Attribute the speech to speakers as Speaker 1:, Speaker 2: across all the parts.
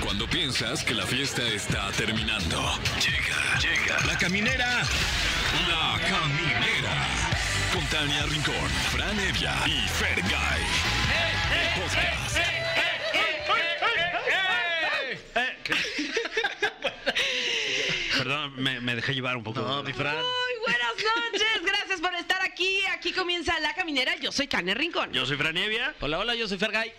Speaker 1: Cuando piensas que la fiesta está terminando. Llega, llega. La caminera. La caminera. Con Tania Rincón, Fran Evia y Fergay. El podcast.
Speaker 2: Perdón, me, me dejé llevar un poco.
Speaker 3: No, mi Fran.
Speaker 4: Muy buenas noches, gracias por estar aquí. Aquí comienza La Caminera, yo soy Tania Rincón.
Speaker 2: Yo soy Franevia.
Speaker 3: Hola, hola, yo soy Fergay.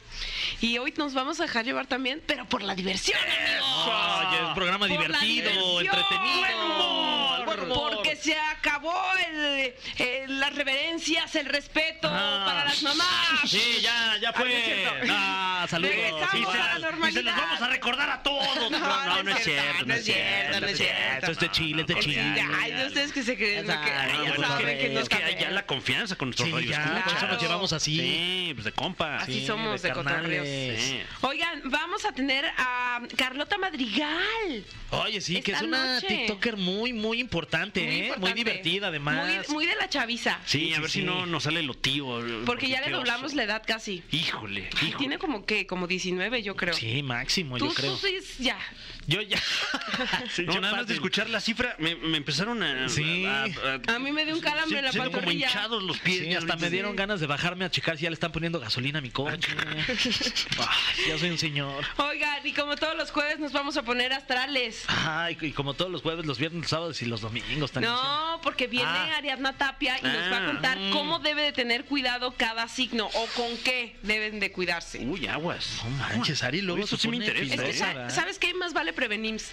Speaker 4: Y hoy nos vamos a dejar llevar también, pero por la diversión, amigos.
Speaker 3: Oye, es un programa
Speaker 4: Por la
Speaker 3: divertido,
Speaker 4: diversión.
Speaker 3: entretenido.
Speaker 4: Buen humor,
Speaker 3: Buen humor.
Speaker 4: Porque se acabó el, eh, las reverencias, el respeto
Speaker 3: Ah.
Speaker 4: para las mamás.
Speaker 3: Sí, ya, ya
Speaker 4: Ah, no es
Speaker 3: fue.
Speaker 4: cierto.
Speaker 3: Ah, saludos.
Speaker 4: Regresamos
Speaker 3: Y se
Speaker 4: a la
Speaker 3: las-
Speaker 4: normalidad.
Speaker 3: y se las vamos a recordar a todos.
Speaker 4: No, no es cierto,
Speaker 3: no es cierto, no es cierto. Es de Chile, es de
Speaker 4: Sí,
Speaker 3: Chile.
Speaker 4: ay, de ustedes que se creen
Speaker 3: Esa,
Speaker 4: que ay,
Speaker 3: no,
Speaker 4: ya
Speaker 3: bueno,
Speaker 4: saben
Speaker 3: es
Speaker 4: que
Speaker 3: que-
Speaker 4: no
Speaker 2: es que
Speaker 4: saben.
Speaker 2: hay ya la confianza con nuestros
Speaker 3: Sí,
Speaker 2: radios.
Speaker 3: ya, por eso
Speaker 4: Claro.
Speaker 3: nos llevamos así.
Speaker 2: Sí, pues de compa.
Speaker 4: Así somos de
Speaker 3: carnales.
Speaker 4: cotorreos. Oigan, vamos a tener a Carlota Madrigal.
Speaker 3: Oye, sí, que es
Speaker 4: Esta
Speaker 3: una
Speaker 4: noche.
Speaker 3: TikToker muy, muy importante, ¿eh? Muy
Speaker 4: importante.
Speaker 3: divertida, además.
Speaker 4: Muy, muy de la chaviza.
Speaker 2: Sí,
Speaker 3: Sí,
Speaker 2: a ver si
Speaker 3: sí, sí.
Speaker 2: no nos sale lo tío.
Speaker 4: Porque ya le
Speaker 2: qué oso.
Speaker 4: doblamos la edad casi.
Speaker 2: Híjole,
Speaker 4: Ay,
Speaker 2: híjole.
Speaker 4: Tiene como que, como 19, yo creo.
Speaker 3: Sí, máximo,
Speaker 4: tú,
Speaker 3: yo creo.
Speaker 4: tú sí es- ya.
Speaker 3: Yo ya. Sí,
Speaker 2: No,
Speaker 3: ya
Speaker 2: nada más de
Speaker 3: fácil.
Speaker 2: escuchar la cifra, me, me empezaron a,
Speaker 3: Sí.
Speaker 4: A mí me dio un calambre
Speaker 2: Sí,
Speaker 4: en la
Speaker 2: siento como
Speaker 4: pantorrilla.
Speaker 2: hinchados los pies.
Speaker 3: Sí,
Speaker 2: ya
Speaker 3: hasta
Speaker 2: ahorita.
Speaker 3: me dieron ganas de bajarme a checar si ya le están poniendo gasolina a mi coche. Ay, ya soy un señor.
Speaker 4: Oigan, y como todos los jueves nos vamos a poner astrales.
Speaker 3: Ay, y como todos los jueves, los viernes, los sábados y los domingos también.
Speaker 4: No, porque viene
Speaker 3: Ah.
Speaker 4: Ariadna Tapia y nos va a
Speaker 2: Ah,
Speaker 4: contar
Speaker 3: mm.
Speaker 4: cómo debe de tener cuidado cada signo o con qué deben de cuidarse.
Speaker 2: Uy, aguas.
Speaker 3: No manches, Ari, luego
Speaker 2: Eso
Speaker 3: se
Speaker 2: sí me
Speaker 3: pone
Speaker 2: interesa.
Speaker 4: Es
Speaker 3: no,
Speaker 4: que,
Speaker 2: ¿eh?
Speaker 3: esa-
Speaker 4: sa-
Speaker 3: ¿verdad? Ah,
Speaker 4: ¿sabes qué? Más vale Ah, prevenims.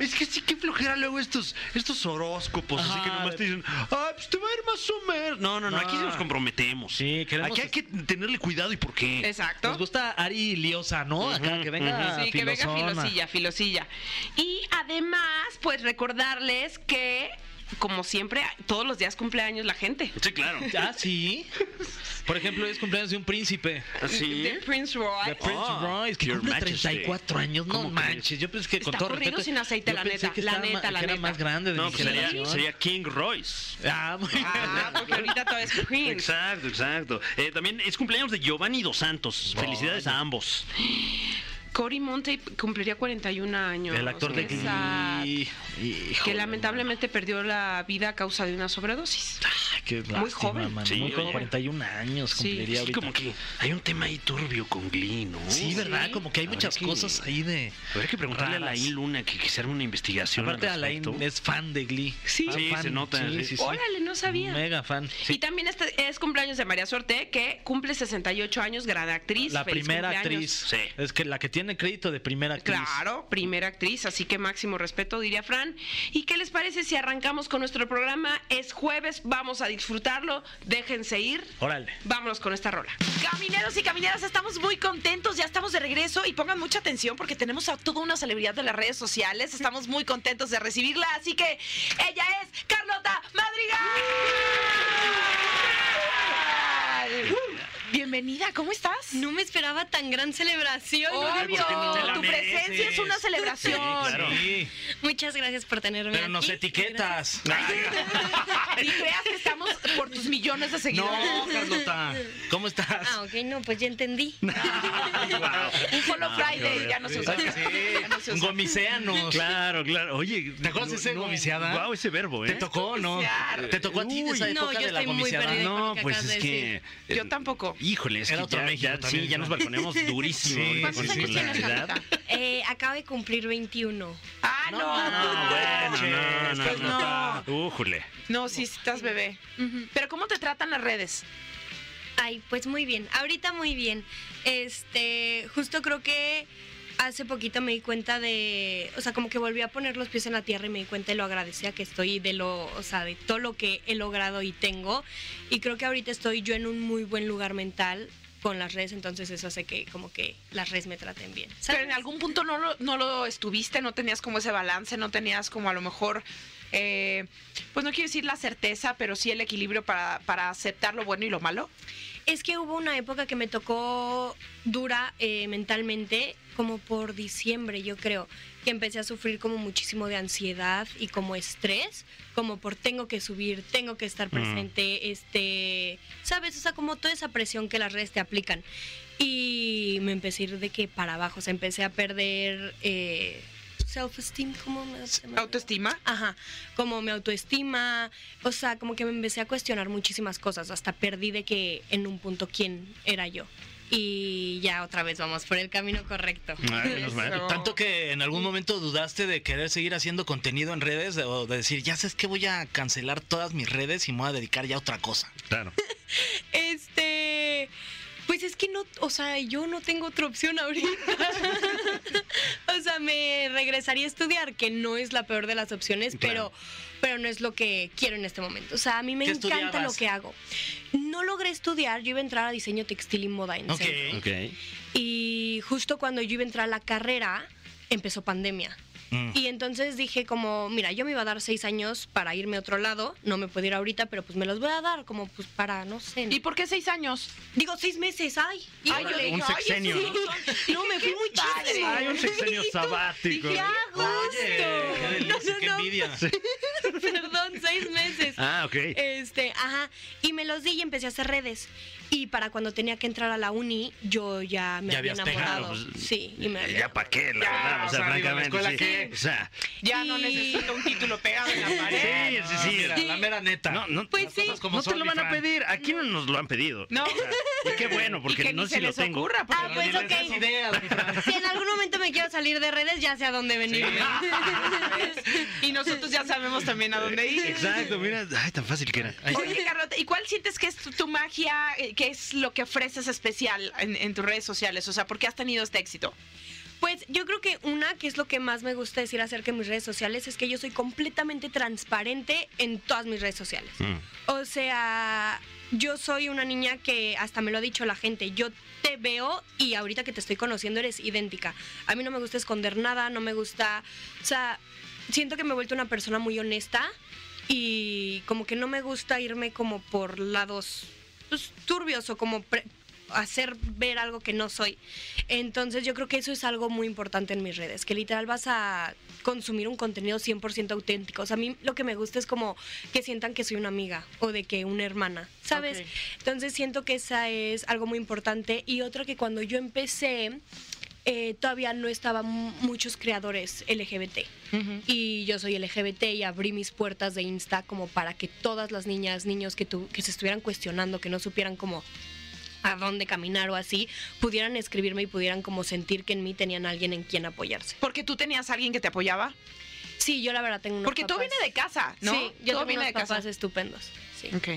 Speaker 2: Es que sí que flojera luego estos, estos horóscopos, así
Speaker 3: Ajá.
Speaker 2: que nomás te dicen, ah, pues te va a ir más o menos. No, no, no,
Speaker 3: No.
Speaker 2: aquí sí nos comprometemos.
Speaker 3: Sí, queremos-
Speaker 2: Aquí hay que tenerle cuidado y por qué.
Speaker 4: Exacto.
Speaker 3: Nos gusta Ari Liosa, ¿no? Acá, que venga
Speaker 4: Sí, que venga
Speaker 3: filosona.
Speaker 4: filosilla, filosilla. Y además, pues recordarles que, como siempre, todos los días cumpleaños la gente.
Speaker 2: Sí, claro.
Speaker 3: Ah, sí. Por ejemplo, hoy es cumpleaños de un príncipe.
Speaker 2: Así.
Speaker 4: De Prince Roy.
Speaker 3: De Prince
Speaker 4: oh,
Speaker 2: Ah,
Speaker 3: Royce, que
Speaker 2: Your
Speaker 3: cumple
Speaker 2: Majesty.
Speaker 3: 34 años, no
Speaker 2: ¿Cómo
Speaker 3: manches. Yo pensé que con
Speaker 4: Está
Speaker 3: todo
Speaker 4: corrido
Speaker 3: respeto.
Speaker 4: sin aceite,
Speaker 3: yo
Speaker 4: la
Speaker 3: pensé
Speaker 4: neta,
Speaker 3: que
Speaker 4: la
Speaker 3: estaba ma-
Speaker 4: neta, la
Speaker 3: que era
Speaker 4: neta.
Speaker 3: más grande de
Speaker 2: No,
Speaker 3: mi
Speaker 2: pues sería,
Speaker 3: generación.
Speaker 2: sería King Royce.
Speaker 3: Ah, muy bien.
Speaker 4: Ah, porque ahorita todo es Prince.
Speaker 2: Exacto, exacto. Eh, también es cumpleaños de Giovanni Dos Santos. Felicidades a ambos.
Speaker 4: Cory Monte cumpliría 41 años.
Speaker 3: El actor de
Speaker 4: Qué sad.
Speaker 3: Glee. Híjole,
Speaker 4: Que lamentablemente perdió la vida a causa de una sobredosis.
Speaker 3: ay, qué lástima,
Speaker 4: joven.
Speaker 3: mano.
Speaker 2: Sí,
Speaker 3: muy joven,
Speaker 2: oye.
Speaker 3: 41 años
Speaker 4: Sí. uh,
Speaker 3: cumpliría
Speaker 2: Sí,
Speaker 3: ahorita.
Speaker 2: como que hay un tema ahí turbio con Glee, ¿no?
Speaker 3: Sí, ¿verdad?
Speaker 4: Sí.
Speaker 3: Como que hay
Speaker 2: Habrá
Speaker 3: muchas
Speaker 2: que-
Speaker 3: cosas ahí de.
Speaker 2: Habría que preguntarle a
Speaker 3: raras.
Speaker 2: Alain Luna que, que se haga una investigación.
Speaker 3: Aparte,
Speaker 2: al
Speaker 3: Alain
Speaker 2: respecto.
Speaker 3: es fan de Glee.
Speaker 4: Sí.
Speaker 3: Ah,
Speaker 2: Sí,
Speaker 3: fan.
Speaker 2: se nota, sí.
Speaker 4: Órale, no sabía.
Speaker 3: Mega fan.
Speaker 4: Y también este es cumpleaños de María Sorte, que cumple 68 años, gran actriz.
Speaker 3: La
Speaker 4: Feliz
Speaker 3: primera
Speaker 4: cumpleaños.
Speaker 3: actriz.
Speaker 2: Sí.
Speaker 3: Es que la que tiene crédito de primera actriz.
Speaker 4: Claro, primera actriz, así que máximo respeto, diría Fran. ¿Y qué les parece si arrancamos con nuestro programa? Es jueves, vamos a disfrutarlo, déjense ir.
Speaker 3: Órale.
Speaker 4: Vámonos con esta rola.
Speaker 5: Camineros y camineras, estamos muy contentos, ya estamos de regreso y pongan mucha atención porque tenemos a toda una celebridad de las redes sociales, estamos muy contentos de recibirla, así que ella es Carlota Madrigal. Uh, Bienvenida, ¿cómo estás?
Speaker 6: No me esperaba tan gran celebración.
Speaker 5: Obvio,
Speaker 3: te la
Speaker 5: tu
Speaker 3: mereces.
Speaker 5: presencia es una celebración.
Speaker 3: Sí.
Speaker 6: Muchas gracias por tenerme
Speaker 3: Pero nos
Speaker 6: aquí.
Speaker 3: etiquetas.
Speaker 5: Ni creas que estamos por tus millones de
Speaker 3: No,
Speaker 5: seguidores.
Speaker 3: Carlota. ¿Cómo estás?
Speaker 6: Ah, ok, no, pues ya entendí.
Speaker 5: Un Follow Friday, ya no se usa. Ya no se
Speaker 3: Sí.
Speaker 5: usa.
Speaker 3: Gomiseanos.
Speaker 2: Claro, claro. Oye,
Speaker 3: ¿Te acuerdas de ese gomiseada?
Speaker 2: Wow, ese verbo, ¿eh?
Speaker 3: ¿Te tocó no?
Speaker 5: Gomisear.
Speaker 3: ¿Te tocó a ti de esa
Speaker 6: Uy. No,
Speaker 3: época
Speaker 6: yo
Speaker 3: de la
Speaker 6: estoy muy
Speaker 3: gomiseada?
Speaker 6: perdida.
Speaker 2: No,
Speaker 6: Lo que
Speaker 2: pues
Speaker 6: acabas
Speaker 2: es
Speaker 6: de
Speaker 2: que.
Speaker 5: Yo tampoco.
Speaker 2: Híjole, es
Speaker 3: Era
Speaker 2: que
Speaker 3: otro
Speaker 2: ya,
Speaker 3: México
Speaker 2: ya-
Speaker 3: también,
Speaker 2: sí, ya
Speaker 3: ¿no?
Speaker 2: nos balconeamos durísimo. ¿eh?
Speaker 3: Sí,
Speaker 6: Pues
Speaker 2: ahorita
Speaker 3: sí,
Speaker 2: con-
Speaker 3: sí.
Speaker 2: con la
Speaker 3: ¿Cuántos años
Speaker 2: edad.
Speaker 4: Carlota?
Speaker 6: Eh, acabo de cumplir 21.
Speaker 5: Ah, no. Pues
Speaker 3: No,
Speaker 2: Bueno, no,
Speaker 3: Manches,
Speaker 4: Pues
Speaker 2: no, no.
Speaker 5: Carlota.
Speaker 2: Újule.
Speaker 5: No, sí, estás bebé.
Speaker 6: Ujú.
Speaker 5: Pero ¿cómo te tratan las redes?
Speaker 6: Ay, pues muy bien. Ahorita muy bien. Este, justo creo que hace poquito me di cuenta de, o sea, como que volví a poner los pies en la tierra y me di cuenta y lo agradecía que estoy de lo, o sea, de todo lo que he logrado y tengo. Y creo que ahorita estoy yo en un muy buen lugar mental con las redes, entonces eso hace que como que las redes me traten bien.
Speaker 5: Pero en algún punto no lo, no lo estuviste, no tenías como ese balance, no tenías como a lo mejor eh,
Speaker 4: pues no quiero decir la certeza, pero sí el equilibrio para, para aceptar lo bueno y lo malo.
Speaker 6: Es que hubo una época que me tocó dura eh, mentalmente, como por diciembre, yo creo, que empecé a sufrir como muchísimo de ansiedad y como estrés, como por tengo que subir, tengo que estar presente, este, ¿sabes? O sea, como toda esa presión que las redes te aplican. Y me empecé a ir de que para abajo, o sea, empecé a perder eh, self-esteem, como me se llama?
Speaker 4: Autoestima.
Speaker 6: Ajá, como mi autoestima, o sea, como que me empecé a cuestionar muchísimas cosas, hasta perdí de que en un punto quién era yo. Y ya otra vez vamos por el camino correcto.
Speaker 7: Ay, menos mal.
Speaker 4: Eso.
Speaker 3: Tanto que en algún momento dudaste de querer seguir haciendo contenido en redes o de decir, ya sabes que voy a cancelar todas mis redes y me voy a dedicar ya a otra cosa.
Speaker 7: Claro.
Speaker 6: Este, pues es que no, o sea, yo no tengo otra opción ahorita. o sea, me regresaría a estudiar, que no es la peor de las opciones,
Speaker 7: Claro.
Speaker 6: pero, pero no es lo que quiero en este momento. O sea, a mí me
Speaker 3: ¿Qué
Speaker 6: encanta lo
Speaker 3: estudiabas?
Speaker 6: que hago. No logré estudiar, yo iba a entrar a diseño textil y moda en
Speaker 3: Ok.
Speaker 6: Centro.
Speaker 7: Ok.
Speaker 6: Y justo cuando yo iba a entrar a la carrera, empezó pandemia.
Speaker 3: Mm.
Speaker 6: Y entonces dije como, mira, yo me iba a dar seis años para irme a otro lado, no me puedo ir ahorita, pero pues me los voy a dar como pues para, no sé.
Speaker 4: ¿Y por qué seis años?
Speaker 6: digo, seis meses, ay.
Speaker 4: Ay,
Speaker 6: híjole.
Speaker 4: yo dije,
Speaker 2: un
Speaker 4: ay,
Speaker 2: sexenio,
Speaker 4: eso
Speaker 2: ¿no?
Speaker 4: son-
Speaker 6: no, me fui muchísimo.
Speaker 2: Hay un sexenio sabático.
Speaker 6: Dije, ah,
Speaker 3: Qué
Speaker 6: justo.
Speaker 3: delicia, qué
Speaker 6: No, no,
Speaker 3: envidia.
Speaker 6: no, perdón, seis meses.
Speaker 2: Ah, ok.
Speaker 6: Este, ajá, y me los di y empecé a hacer redes. Y para cuando tenía que entrar a la uni, yo ya me
Speaker 3: Ya
Speaker 6: había
Speaker 3: habías pegado,
Speaker 6: enamorado.
Speaker 2: pues,
Speaker 6: sí, y me
Speaker 2: Eh,
Speaker 6: había
Speaker 2: Ya para qué, la verdad. O sea, o sea, digo, ¿la francamente. escuela sí. qué? O sea,
Speaker 4: Ya no
Speaker 6: Y-
Speaker 4: necesito un título pegado en la pared.
Speaker 2: sí, sí, sí.
Speaker 3: Mira, la mera neta.
Speaker 2: No, no,
Speaker 6: Pues
Speaker 2: las
Speaker 6: sí.
Speaker 2: cosas como
Speaker 3: No te
Speaker 2: son,
Speaker 3: lo
Speaker 2: mi
Speaker 3: van a
Speaker 2: Fran.
Speaker 3: pedir.
Speaker 2: Aquí no nos lo han pedido.
Speaker 4: No.
Speaker 2: Y qué bueno, porque
Speaker 4: y que
Speaker 2: no
Speaker 4: ni
Speaker 2: sé
Speaker 4: se
Speaker 2: si lo
Speaker 4: les
Speaker 2: tengo.
Speaker 4: ocurra, porque
Speaker 6: Ah, pues
Speaker 3: Esas
Speaker 6: ok.
Speaker 3: ideas, mi Fran.
Speaker 6: Si en algún momento me quiero salir de redes, ya sé a dónde venirme.
Speaker 4: Y nosotros ya sabemos también a dónde ir.
Speaker 2: Exacto, mira, ay, tan fácil que era. Ay,
Speaker 4: Oye, Carlota, ¿y cuál sientes que es tu, tu magia? eh, ¿Qué es lo que ofreces especial en, en tus redes sociales? O sea, ¿por qué has tenido este éxito?
Speaker 6: Pues yo creo que una, que es lo que más me gusta decir acerca de mis redes sociales, es que yo soy completamente transparente en todas mis redes sociales.
Speaker 2: Mm.
Speaker 6: O sea, yo soy una niña que hasta me lo ha dicho la gente, yo te veo y ahorita que te estoy conociendo eres idéntica. A mí no me gusta esconder nada, no me gusta, o sea, siento que me he vuelto una persona muy honesta y como que no me gusta irme como por lados pues, turbios o como pre- hacer ver algo que no soy. Entonces yo creo que eso es algo muy importante en mis redes, que literal vas a consumir un contenido 100% auténtico. O sea, a mí lo que me gusta es como que sientan que soy una amiga o de que una hermana, ¿sabes?
Speaker 4: Ok.
Speaker 6: Entonces siento que esa es algo muy importante. Y otra que cuando yo empecé, eh, todavía no estaban mu- muchos creadores LGBT. Y yo soy LGBT y abrí mis puertas de Insta como para que todas las niñas, niños que, tu- que se estuvieran cuestionando, que no supieran como a dónde caminar o así, pudieran escribirme y pudieran como sentir que en mí tenían alguien en quien apoyarse.
Speaker 4: Porque tú tenías a alguien que te apoyaba.
Speaker 6: Sí, yo la verdad tengo unos
Speaker 4: Porque todo
Speaker 6: papás-
Speaker 4: viene de casa, ¿no?
Speaker 6: Sí, yo
Speaker 4: todo
Speaker 6: tengo
Speaker 4: viene
Speaker 6: unos
Speaker 4: de casa.
Speaker 6: papás estupendos. Sí.
Speaker 4: Ok.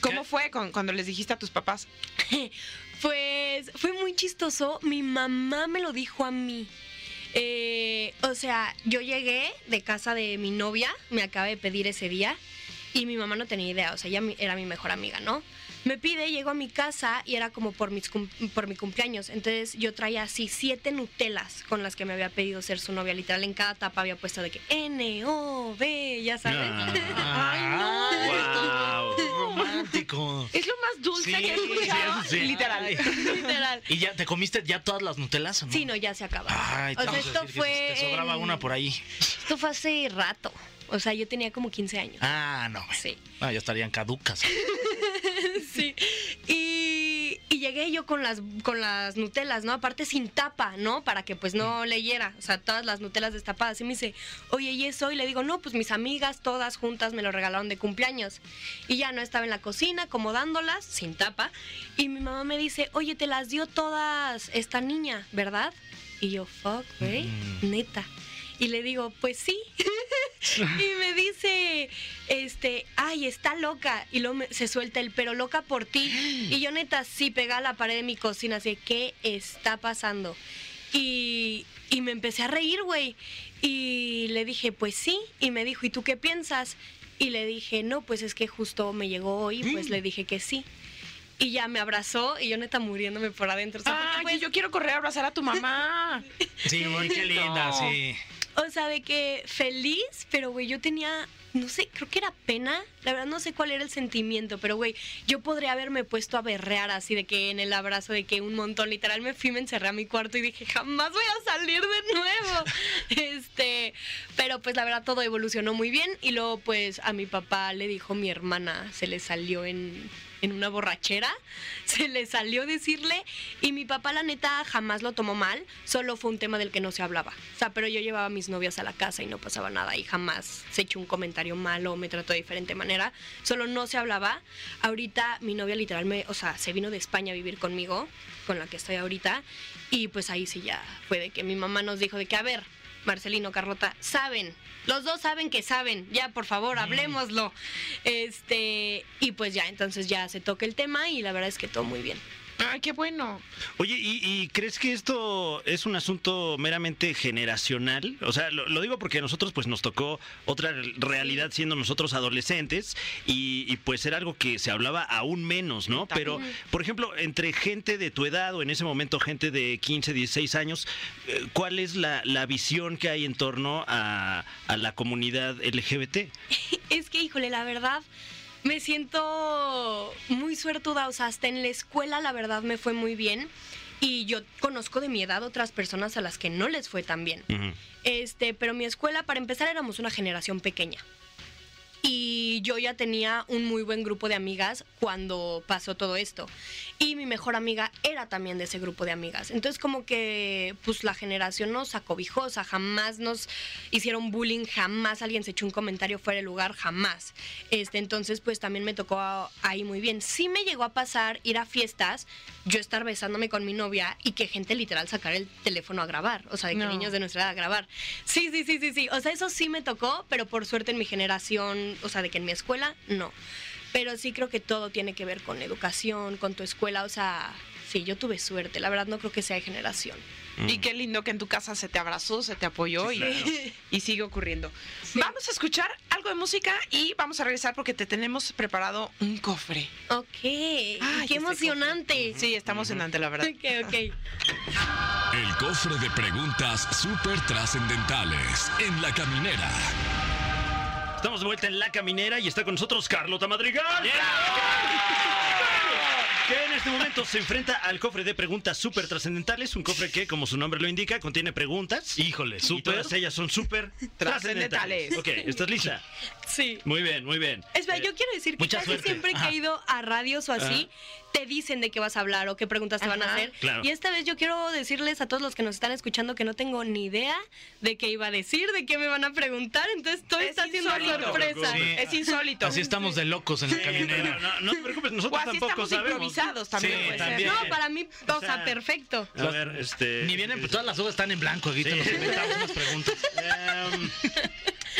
Speaker 4: ¿Cómo fue con- cuando les dijiste a tus papás?
Speaker 6: Pues fue muy chistoso. Mi mamá me lo dijo a mí. Eh, o sea, yo llegué de casa de mi novia, me acaba de pedir ese día y mi mamá no tenía idea, o sea, ella mi- era mi mejor amiga, ¿no? Me pide, llego a mi casa y era como por, mis cum- por mi cumpleaños, entonces yo traía así siete Nutelas con las que me había pedido ser su novia, literal en cada tapa había puesto de que N-O-B, ya sabes.
Speaker 2: Ah. Wow.
Speaker 3: Ah, Romántico.
Speaker 4: Es lo más dulce
Speaker 3: Sí,
Speaker 4: que he escuchado.
Speaker 2: sí, eso sí.
Speaker 4: Literal.
Speaker 3: Ay.
Speaker 6: literal.
Speaker 3: ¿Y ya te comiste ya todas las Nutelas o no?
Speaker 6: Sí, no, ya se acaba.
Speaker 3: Ay,
Speaker 6: o sea,
Speaker 3: vamos a
Speaker 6: esto
Speaker 3: decir que pues,
Speaker 6: fue
Speaker 3: Te sobraba
Speaker 6: en-
Speaker 3: una por ahí.
Speaker 6: Esto fue hace rato. O sea, yo tenía como 15 años.
Speaker 3: Ah, no. güey.
Speaker 6: Sí.
Speaker 3: Ah, ya estarían caducas.
Speaker 6: Sí. Y, y llegué yo con las, con las Nutelas, ¿no? Aparte sin tapa, ¿no? Para que pues no leyera. O sea, todas las Nutelas destapadas. Y me dice, oye, ¿y eso? Y le digo, no, pues mis amigas todas juntas me lo regalaron de cumpleaños. Y ya no estaba en la cocina acomodándolas, sin tapa. Y mi mamá me dice, oye, te las dio todas esta niña, ¿verdad? Y yo, fuck, güey,
Speaker 3: Mm.
Speaker 6: neta. Y le digo, pues sí. y me dice, este, ay, está loca. Y luego me- se suelta el, pero loca por ti. Y yo neta, sí, pegada a la pared de mi cocina, así, ¿qué está pasando? Y, y me empecé a reír, güey. Y le dije, pues sí. Y me dijo, ¿y tú qué piensas? Y le dije, no, pues es que justo me llegó hoy, pues le dije que sí. Y ya me abrazó y yo neta muriéndome por adentro. O sea,
Speaker 4: Ah,
Speaker 6: porque, pues,
Speaker 4: yo quiero correr a abrazar a tu mamá.
Speaker 3: Sí, qué linda, sí.
Speaker 6: O sea, de que feliz, pero güey, yo tenía, no sé, creo que era pena. La verdad no sé cuál era el sentimiento, pero güey, yo podría haberme puesto a berrear así de que en el abrazo de que un montón, literal, me fui, me encerré a mi cuarto y dije, jamás voy a salir de nuevo. este, pero pues la verdad todo evolucionó muy bien y luego pues a mi papá le dijo mi hermana, se le salió en en una borrachera, se le salió decirle y mi papá la neta jamás lo tomó mal, solo fue un tema del que no se hablaba. O sea, pero yo llevaba a mis novias a la casa y no pasaba nada y jamás se echó un comentario malo o me trató de diferente manera, solo no se hablaba. Ahorita mi novia literal me, o sea, se vino de España a vivir conmigo, con la que estoy ahorita y pues ahí sí ya fue de que mi mamá nos dijo de que a ver, Marcelino, Carlota, saben, los dos saben que saben, ya por favor, hablemoslo. Este, y pues ya, entonces ya se toca el tema y la verdad es que todo muy bien.
Speaker 4: Ay, qué bueno.
Speaker 2: Oye, ¿y, y crees que esto es un asunto meramente generacional? O sea, lo, lo digo porque a nosotros pues nos tocó otra realidad siendo nosotros adolescentes y, y, pues era algo que se hablaba aún menos, ¿no? Pero, por ejemplo, entre gente de tu edad o en ese momento gente de 15, 16 años, eh, ¿cuál es la, la visión que hay en torno a, a la comunidad LGBT?
Speaker 6: Es que, híjole, la verdad, me siento muy suertuda. O sea, hasta en la escuela, la verdad, me fue muy bien. Y yo conozco de mi edad otras personas a las que no les fue tan bien.
Speaker 2: Ujú.
Speaker 6: Este, pero mi escuela, para empezar, éramos una generación pequeña. Y yo ya tenía un muy buen grupo de amigas cuando pasó todo esto. Y mi mejor amiga era también de ese grupo de amigas. Entonces como que pues la generación nos acobijó, o sea, jamás nos hicieron bullying, jamás alguien se echó un comentario fuera de lugar, jamás. Este, entonces pues también me tocó a- ahí muy bien. Sí me llegó a pasar ir a fiestas, yo estar besándome con mi novia y que gente literal sacar el teléfono a grabar, o sea, de que
Speaker 4: No.
Speaker 6: niños de nuestra edad a grabar. Sí, sí, sí, sí, sí. O sea, eso sí me tocó, pero por suerte en mi generación, o sea, de que en mi escuela, no. Pero sí creo que todo tiene que ver con la educación, con tu escuela, o sea, sí, yo tuve suerte. La verdad no creo que sea de generación.
Speaker 4: Y qué lindo que en tu casa se te abrazó, se te apoyó y, y sigue ocurriendo. Vamos a escuchar algo de música y vamos a regresar porque te tenemos preparado un cofre.
Speaker 6: Ok,
Speaker 4: Ay,
Speaker 6: qué
Speaker 4: ese
Speaker 6: emocionante.
Speaker 4: Sí, está emocionante, la verdad.
Speaker 6: Ok, ok.
Speaker 1: El cofre de preguntas súper trascendentales en la caminera.
Speaker 2: Estamos de vuelta en La Caminera y está con nosotros Carlota Madrigal. Que en este momento se enfrenta al cofre de preguntas súper trascendentales, un cofre que, como su nombre lo indica, contiene preguntas.
Speaker 7: Híjole,
Speaker 2: Y todas ellas son súper trascendentales.
Speaker 4: Trascendentales.
Speaker 2: Ok, ¿estás lista?
Speaker 6: Sí.
Speaker 2: Muy bien, muy bien.
Speaker 6: Espera, yo quiero decir que
Speaker 2: Eh, mucha
Speaker 6: casi
Speaker 2: suerte.
Speaker 6: siempre que
Speaker 2: Ajá.
Speaker 6: he ido a radios o así, te dicen de qué vas a hablar o qué preguntas te van a
Speaker 4: Ajá.
Speaker 6: hacer.
Speaker 2: Claro.
Speaker 6: Y esta vez yo quiero decirles a todos los que nos están escuchando que no tengo ni idea de qué iba a decir, de qué me van a preguntar, entonces todo
Speaker 4: Es
Speaker 6: está siendo
Speaker 4: insólito.
Speaker 6: sorpresa.
Speaker 3: Sí.
Speaker 4: Es insólito.
Speaker 3: Así estamos de locos en la
Speaker 2: Pero
Speaker 3: caminera.
Speaker 2: no, no te preocupes,
Speaker 4: O
Speaker 2: nosotros
Speaker 4: así
Speaker 2: tampoco
Speaker 4: estamos
Speaker 2: sabemos.
Speaker 4: improvisados también.
Speaker 3: Sí,
Speaker 4: puede ser.
Speaker 3: también.
Speaker 6: No, para mí, o sea, perfecto.
Speaker 2: A ver, este.
Speaker 3: Ni vienen, pues, todas las hojas están en blanco, ahorita
Speaker 2: Sí.
Speaker 3: nos inventamos unas preguntas.
Speaker 2: Em,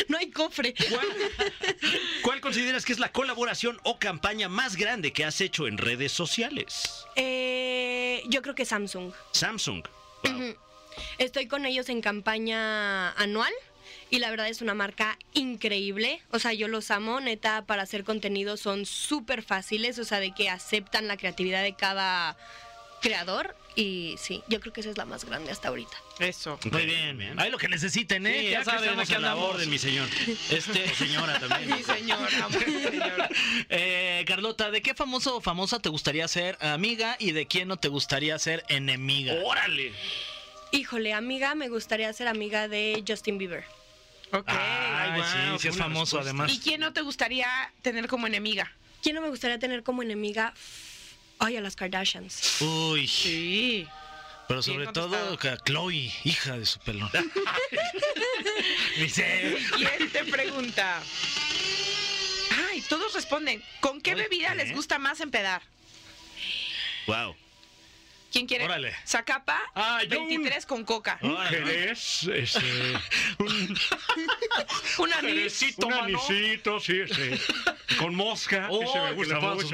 Speaker 6: No hay cofre.
Speaker 2: ¿Cuál, cuál consideras que es la colaboración o campaña más grande que has hecho en redes sociales?
Speaker 6: Eh, yo creo que Samsung.
Speaker 2: Samsung. Wow.
Speaker 6: Estoy con ellos en campaña anual y la verdad es una marca increíble. O sea, yo los amo, neta, para hacer contenido son súper fáciles, o sea, de que aceptan la creatividad de cada creador y sí, yo creo que esa es la más grande hasta ahorita.
Speaker 4: Eso.
Speaker 2: Muy bien, bien.
Speaker 3: Ahí lo que necesiten, ¿eh?
Speaker 2: Sí,
Speaker 3: ya
Speaker 2: acá
Speaker 3: saben,
Speaker 2: estamos
Speaker 3: aquí
Speaker 2: a la
Speaker 3: andamos.
Speaker 2: orden, mi señor. Este, o señora también.
Speaker 4: Sí, señora, muy señora.
Speaker 3: Eh, Carlota, ¿de qué famoso o famosa te gustaría ser amiga y de quién no te gustaría ser
Speaker 2: Oh,
Speaker 3: enemiga?
Speaker 2: ¡Órale!
Speaker 6: Híjole, amiga, me gustaría ser amiga de Justin Bieber.
Speaker 4: Ok.
Speaker 3: Ay,
Speaker 2: wow,
Speaker 3: sí, sí
Speaker 2: qué
Speaker 3: es
Speaker 2: buena
Speaker 3: famoso
Speaker 2: respuesta.
Speaker 3: además.
Speaker 4: ¿Y quién no te gustaría tener como enemiga?
Speaker 6: ¿Quién no me gustaría tener como enemiga? Ay, a las Kardashians.
Speaker 3: Uy,
Speaker 4: Sí.
Speaker 3: pero sobre
Speaker 4: Bien
Speaker 3: todo
Speaker 4: contestado.
Speaker 3: a Chloe, hija de su pelón. Dice,
Speaker 4: ¿Quién te pregunta? Ay, todos responden. ¿Con qué
Speaker 3: Uy,
Speaker 4: bebida
Speaker 3: ¿eh?
Speaker 4: les gusta más empedar?
Speaker 2: ¡Wow!
Speaker 4: ¿Quién quiere?
Speaker 3: Órale.
Speaker 4: Zacapa,
Speaker 2: Ah, yo un-
Speaker 4: 23 con coca.
Speaker 2: jerez, este,
Speaker 4: Un anís.
Speaker 2: un anisito, sí, este, con mosca,
Speaker 3: oh, pues le ponen sus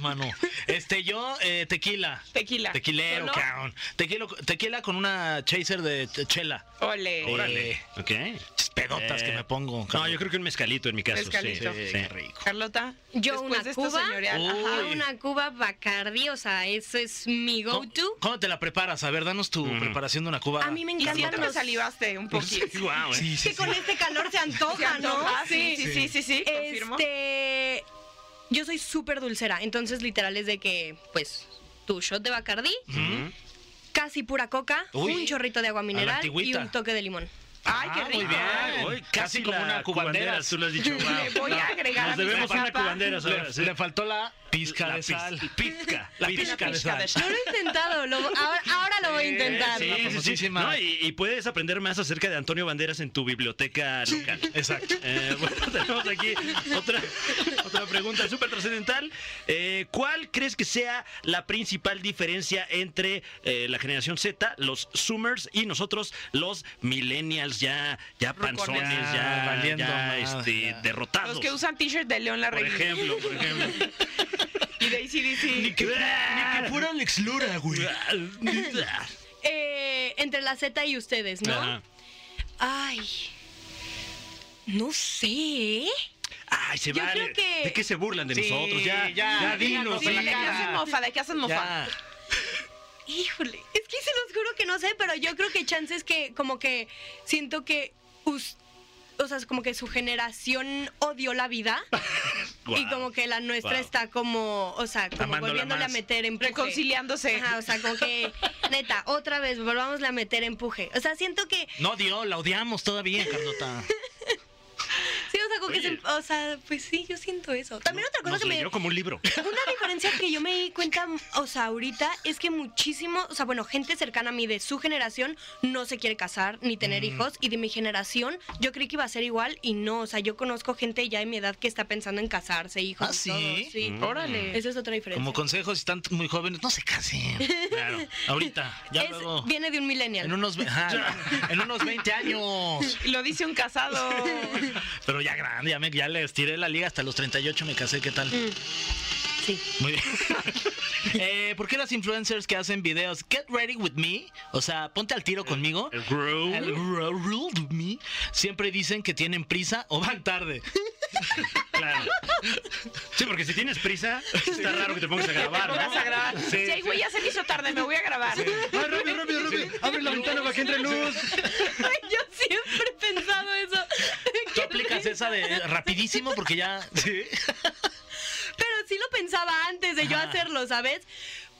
Speaker 3: mano. Este, yo, eh, tequila.
Speaker 4: Tequila.
Speaker 3: Tequilero,
Speaker 4: ¿Solo?
Speaker 3: cabrón. Tequilo- Tequila, con una chaser de t- chela.
Speaker 4: Ole.
Speaker 2: Órale.
Speaker 3: Eh,
Speaker 2: Ok.
Speaker 3: Ch- pedotas
Speaker 2: Eh,
Speaker 3: que me pongo.
Speaker 2: No, yo creo que un mezcalito en mi caso. sí,
Speaker 4: Mezcalito.
Speaker 2: sí.
Speaker 3: qué rico.
Speaker 4: Carlota,
Speaker 6: Yo
Speaker 4: después
Speaker 6: una
Speaker 4: de esta
Speaker 6: cuba.
Speaker 4: señorial,
Speaker 2: Oh,
Speaker 3: Uy.
Speaker 4: ajá.
Speaker 6: Yo una cuba Bacardi, o sea, eso es mi
Speaker 3: ¿Cómo,
Speaker 6: go-to.
Speaker 3: cómo te la preparas? A ver, danos tu
Speaker 2: Mm.
Speaker 3: preparación de una cuba.
Speaker 6: A mí me
Speaker 4: Y
Speaker 6: encantan
Speaker 4: siento que
Speaker 6: los...
Speaker 4: salivaste un poquito.
Speaker 2: Guau, eh.
Speaker 3: Sí,
Speaker 6: Que
Speaker 3: sí, sí.
Speaker 6: con este calor se
Speaker 4: ¿Se
Speaker 6: antoja, Ah, ¿no?
Speaker 4: antoja? Sí, sí, sí, sí, sí, confirmo.
Speaker 6: Este, yo soy súper dulcera, entonces literal es de que, pues, tu shot de Bacardí,
Speaker 2: Mm.
Speaker 6: casi pura coca,
Speaker 3: Uy.
Speaker 6: un chorrito de agua mineral y
Speaker 3: antigüita.
Speaker 6: un toque de limón.
Speaker 4: Ay, qué
Speaker 3: Ah, muy
Speaker 4: rico.
Speaker 3: bien.
Speaker 2: Uy,
Speaker 3: Casi como
Speaker 2: la
Speaker 3: una cubanderas.
Speaker 2: Tú lo has dicho, guau.
Speaker 4: Le voy a agregar
Speaker 2: Nos
Speaker 4: a mi
Speaker 2: debemos una
Speaker 4: recapa.
Speaker 2: cubanderas. ahora,
Speaker 3: Le,
Speaker 2: sí.
Speaker 3: le faltó la pizca
Speaker 2: La
Speaker 3: de
Speaker 2: piz-
Speaker 3: sal.
Speaker 2: Pizca.
Speaker 3: La
Speaker 2: pizca.
Speaker 3: pizca de sal.
Speaker 6: No lo he intentado, lo- ahora, ahora lo voy a intentar.
Speaker 2: Sí,
Speaker 3: la
Speaker 2: sí, sí.
Speaker 3: famosísima.
Speaker 2: No, y, y puedes aprender más acerca de Antonio Banderas en tu biblioteca local.
Speaker 3: Exacto.
Speaker 2: Eh, bueno, tenemos aquí otra, otra pregunta súper trascendental. Eh, ¿Cuál crees que sea la principal diferencia entre eh, la generación Z, los Zoomers y nosotros, los Millennials, ya, ya panzones,
Speaker 3: Ya,
Speaker 2: ya,
Speaker 3: valiendo
Speaker 2: ya,
Speaker 3: madre,
Speaker 2: este,
Speaker 3: ya.
Speaker 2: derrotados?
Speaker 4: Los que usan t-shirt de León la
Speaker 2: por
Speaker 4: Reina
Speaker 2: ejemplo, por ejemplo.
Speaker 4: y de ACDC.
Speaker 3: Pura Alex Lura, güey.
Speaker 6: Eh, entre la Z y ustedes, ¿no?
Speaker 2: Ajá.
Speaker 6: Ay, no sé.
Speaker 2: Ay, se
Speaker 6: Yo
Speaker 2: vale.
Speaker 6: creo que-
Speaker 2: ¿De qué se burlan de
Speaker 3: Sí,
Speaker 2: nosotros? Ya,
Speaker 3: ya,
Speaker 2: ya,
Speaker 3: ya,
Speaker 2: dinos.
Speaker 4: Sí,
Speaker 3: en la
Speaker 4: ¿De qué
Speaker 3: cara.
Speaker 4: hacen mofa? ¿De qué hacen mofa?
Speaker 3: Ya.
Speaker 6: Híjole, es que se los juro que no sé, pero yo creo que chance es que como que siento que us- o sea, como que su generación odió la vida
Speaker 2: Guau.
Speaker 6: y como que la nuestra
Speaker 2: Guau.
Speaker 6: está como, o sea, como
Speaker 2: Amándola
Speaker 6: volviéndole
Speaker 2: más.
Speaker 6: a meter empuje.
Speaker 4: Reconciliándose.
Speaker 6: Ajá, o sea, como que neta, otra vez volvamos a meter empuje. O sea, siento que
Speaker 3: No dio, la odiamos todavía, Carlota.
Speaker 6: sí, o sea, como que
Speaker 2: Oye.
Speaker 6: se- o sea, pues sí, yo siento eso. También otra cosa
Speaker 2: Nos
Speaker 6: que me
Speaker 2: leyó como un libro.
Speaker 6: Una diferencia que yo me di cuenta, o sea, ahorita es que muchísimo, o sea, bueno, gente cercana a mí de su generación no se quiere casar ni
Speaker 2: Mm.
Speaker 6: tener hijos y de mi generación yo creí que iba a ser igual y no, o sea, yo conozco gente ya de mi edad que está pensando en casarse, hijos.
Speaker 3: ¿Ah,
Speaker 6: y
Speaker 3: sí?
Speaker 6: todo, sí.
Speaker 2: Mm.
Speaker 4: Órale.
Speaker 6: Eso es otra diferencia.
Speaker 3: Como consejos, si están muy jóvenes, no se casen.
Speaker 2: Claro.
Speaker 3: Ahorita, ya
Speaker 6: Es-
Speaker 3: luego.
Speaker 6: viene de un millennial.
Speaker 3: En unos, ve- ajá, en unos 20 años.
Speaker 4: Lo dice un casado.
Speaker 3: Pero ya grande, ya, me, ya les tiré la liga hasta los 38, me casé, ¿qué tal?
Speaker 6: Sí.
Speaker 3: Muy bien. Eh, ¿Por qué las influencers que hacen videos Get Ready With Me? O sea, ponte al tiro conmigo.
Speaker 2: El grow.
Speaker 3: El ru- ruled with me. Siempre dicen que tienen prisa o van tarde.
Speaker 2: Claro. Sí, porque si tienes prisa, está raro que te pongas a grabar. ¿no?
Speaker 4: Vas a grabar.
Speaker 2: Sí.
Speaker 4: Sí, güey, ya se me hizo tarde, me voy a grabar.
Speaker 2: Ay, rápido, rápido, rápido. Abre la ventana para que entre luz.
Speaker 6: Ay, yo siempre he pensado eso.
Speaker 3: Tú aplicas esa de eh, rapidísimo porque ya. Sí.
Speaker 6: Pero sí lo pensaba antes de yo
Speaker 3: Ajá.
Speaker 6: hacerlo, ¿sabes?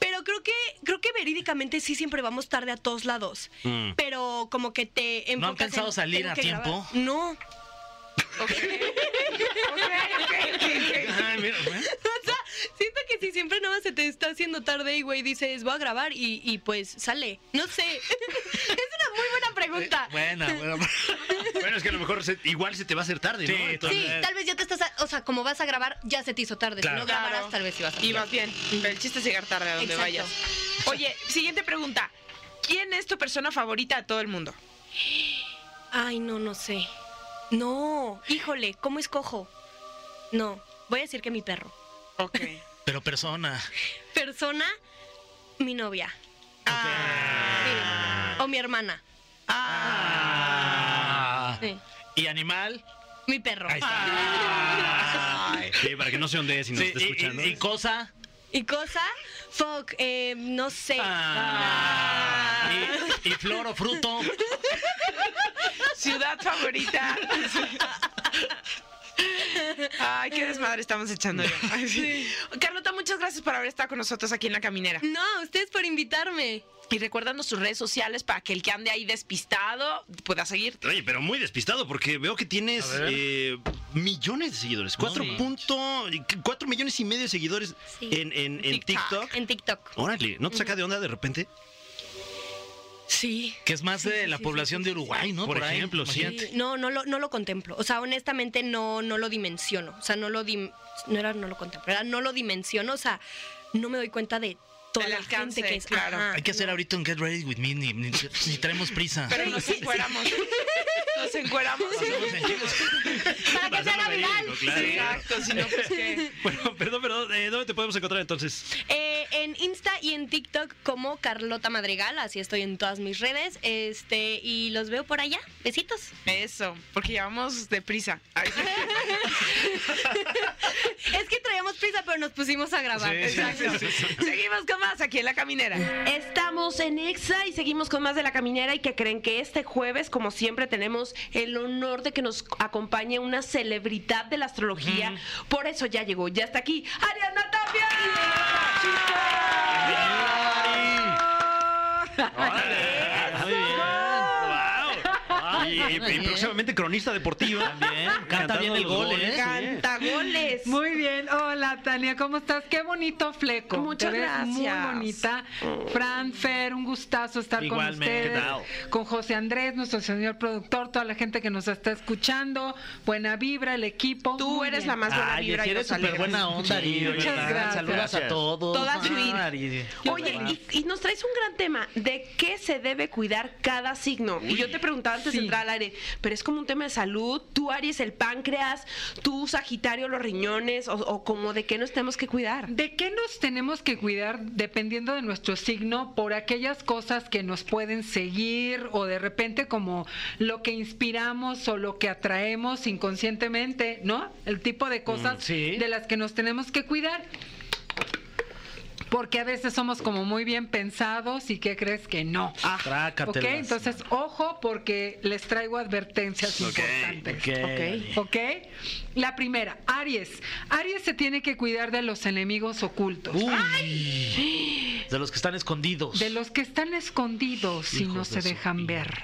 Speaker 6: Pero creo que, creo que verídicamente sí siempre vamos tarde a todos lados.
Speaker 2: Mm.
Speaker 6: Pero como que te enfocas
Speaker 3: ¿No han pensado
Speaker 6: en,
Speaker 3: salir
Speaker 6: tengo
Speaker 3: a
Speaker 6: que grabar.
Speaker 3: tiempo?
Speaker 6: No.
Speaker 4: Ok, ok, ok, ok.
Speaker 2: Ay, mira, güey.
Speaker 6: O sea, siento que si siempre nada más se te está haciendo tarde y güey dices voy a grabar y, y pues sale. No sé. es una muy buena pregunta.
Speaker 3: Buena, buena.
Speaker 2: Bueno, es que a lo mejor se- igual se te va a hacer tarde, ¿no?
Speaker 3: Sí,
Speaker 6: Sí,
Speaker 2: Entonces-
Speaker 6: tal vez ya te estás, a- o sea, como vas a grabar, ya se te hizo tarde.
Speaker 2: Claro.
Speaker 6: Si no grabaras,
Speaker 4: Claro.
Speaker 6: tal vez ibas a
Speaker 4: Y vas bien. Pero el chiste es llegar tarde a donde
Speaker 6: Exacto.
Speaker 4: vayas. Oye, siguiente pregunta. ¿Quién es tu persona favorita de todo el mundo?
Speaker 6: Ay, no, no sé. No, híjole, ¿cómo escojo? No, voy a decir que mi perro.
Speaker 4: Ok.
Speaker 3: Pero persona.
Speaker 6: Persona, mi novia. Sí. O mi hermana.
Speaker 3: Ah.
Speaker 6: Sí.
Speaker 3: Y animal.
Speaker 6: Mi perro.
Speaker 3: Ahí está.
Speaker 2: Sí, para que no se ondee si nos
Speaker 3: Sí,
Speaker 2: está
Speaker 3: y- y-
Speaker 2: escuchando.
Speaker 3: y cosa.
Speaker 6: ¿Y cosa? Fuck, eh, no sé.
Speaker 3: Ah. Y, y flor o fruto.
Speaker 4: Ciudad favorita. Ay, qué desmadre estamos echando ya. Ay, sí. Carlota, muchas gracias por haber estado con nosotros aquí en la caminera.
Speaker 6: No, ustedes por invitarme.
Speaker 4: Y recuérdanos sus redes sociales para que el que ande ahí despistado pueda seguirte.
Speaker 2: Oye, pero muy despistado porque veo que tienes
Speaker 3: A ver.
Speaker 2: eh, millones de seguidores. Cuatro
Speaker 3: manches.
Speaker 2: punto, cuatro millones y medio de seguidores
Speaker 6: Sí.
Speaker 2: en, en- en
Speaker 4: TikTok.
Speaker 2: TikTok.
Speaker 6: En TikTok.
Speaker 3: Oh.
Speaker 2: Órale, ¿no te saca de onda de repente?
Speaker 6: Sí.
Speaker 3: Que es más de la
Speaker 6: sí,
Speaker 3: población de Uruguay, ¿no?
Speaker 2: Por
Speaker 3: ahí,
Speaker 2: ejemplo, sí.
Speaker 3: imagínate.
Speaker 6: No, no lo, no lo contemplo. O sea, honestamente no, no lo dimensiono. O sea, no lo dim- no era no lo contemplo, era no lo dimensiono. O sea, no me doy cuenta de toda
Speaker 4: Del
Speaker 6: la
Speaker 4: alcance,
Speaker 6: gente que es.
Speaker 4: claro.
Speaker 6: Ajá,
Speaker 3: Hay que hacer
Speaker 6: no.
Speaker 3: ahorita un Get Ready With Me, ni, ni- ni traemos prisa.
Speaker 4: Pero nos encueramos. Nos encueramos.
Speaker 6: Para que se haga
Speaker 2: Pasándome bien,
Speaker 6: viral.
Speaker 2: claro.
Speaker 4: Exacto, si no, pues qué.
Speaker 2: Bueno, perdón, perdón. eh, ¿Dónde te podemos encontrar entonces?
Speaker 6: Eh, en Insta y en TikTok como Carlota Madrigal, así estoy en todas mis redes. Este, y los veo por allá. Besitos.
Speaker 4: Eso, porque llevamos deprisa. Ay, sí.
Speaker 6: Es que traíamos prisa, pero nos pusimos a grabar.
Speaker 4: Exacto. Seguimos con más aquí en La Caminera.
Speaker 5: Estamos en EXA y seguimos con más de La Caminera y que creen que este jueves, como siempre, tenemos el honor de que nos acompañe una celebridad de la astrología. Por eso ya llegó, ya está aquí, Ariana Tapia.
Speaker 2: Ah, muy bien. Wow. Y, y próximamente cronista deportiva. También.
Speaker 3: Canta bien el gol, ¿eh?
Speaker 4: Canta goles.
Speaker 8: Muy bien, hola Tania, ¿cómo estás? Qué bonito fleco.
Speaker 5: Muchas
Speaker 8: Te ves
Speaker 5: gracias.
Speaker 8: Muy bonita. Fran Fer, un gustazo estar con
Speaker 2: Igualmente,
Speaker 8: ustedes.
Speaker 2: ¿qué tal?
Speaker 8: Con José Andrés, nuestro señor productor, toda la gente que nos está escuchando. Buena vibra, el equipo.
Speaker 4: Tú
Speaker 8: Muy
Speaker 4: eres
Speaker 8: bien.
Speaker 4: la más buena
Speaker 3: Ay,
Speaker 4: vibra
Speaker 3: Ari,
Speaker 4: y
Speaker 3: eres
Speaker 4: nos
Speaker 3: súper
Speaker 4: alegras.
Speaker 3: buena onda, Ari.
Speaker 2: Sí,
Speaker 3: de
Speaker 2: muchas
Speaker 3: verdad.
Speaker 2: gracias.
Speaker 3: Saludos a todos.
Speaker 4: Todas
Speaker 3: Ah,
Speaker 4: fluir.
Speaker 3: Ari.
Speaker 5: Oye, y, y nos traes un gran tema de qué se debe cuidar cada signo. Y yo te preguntaba antes de
Speaker 8: Sí.
Speaker 5: entrar al aire, pero es como un tema de salud. Tú, Aries, el páncreas, tú, Sagitario, los riñones, o, o como de qué nos tenemos que cuidar.
Speaker 8: ¿De qué nos tenemos que cuidar dependiendo de nuestro signo por aquellas cosas que nos pueden seguir o de repente como lo que inspiramos o lo que atraemos inconscientemente, ¿no? El tipo de cosas
Speaker 3: sí.
Speaker 8: de las que nos tenemos que cuidar. Porque a veces somos como muy bien pensados y ¿qué crees que no?
Speaker 3: Ah,
Speaker 8: ok,
Speaker 3: trácatelas.
Speaker 8: entonces ojo porque les traigo advertencias
Speaker 2: Ok,
Speaker 8: importantes.
Speaker 3: Ok. Ari.
Speaker 8: ¿Ok? La primera, Aries. Aries se tiene que cuidar de los enemigos ocultos.
Speaker 3: Uy. De los que están escondidos.
Speaker 8: De los que están escondidos y
Speaker 3: Hijos
Speaker 8: no
Speaker 3: de
Speaker 8: se
Speaker 3: su
Speaker 8: dejan
Speaker 3: pinche.
Speaker 8: ver.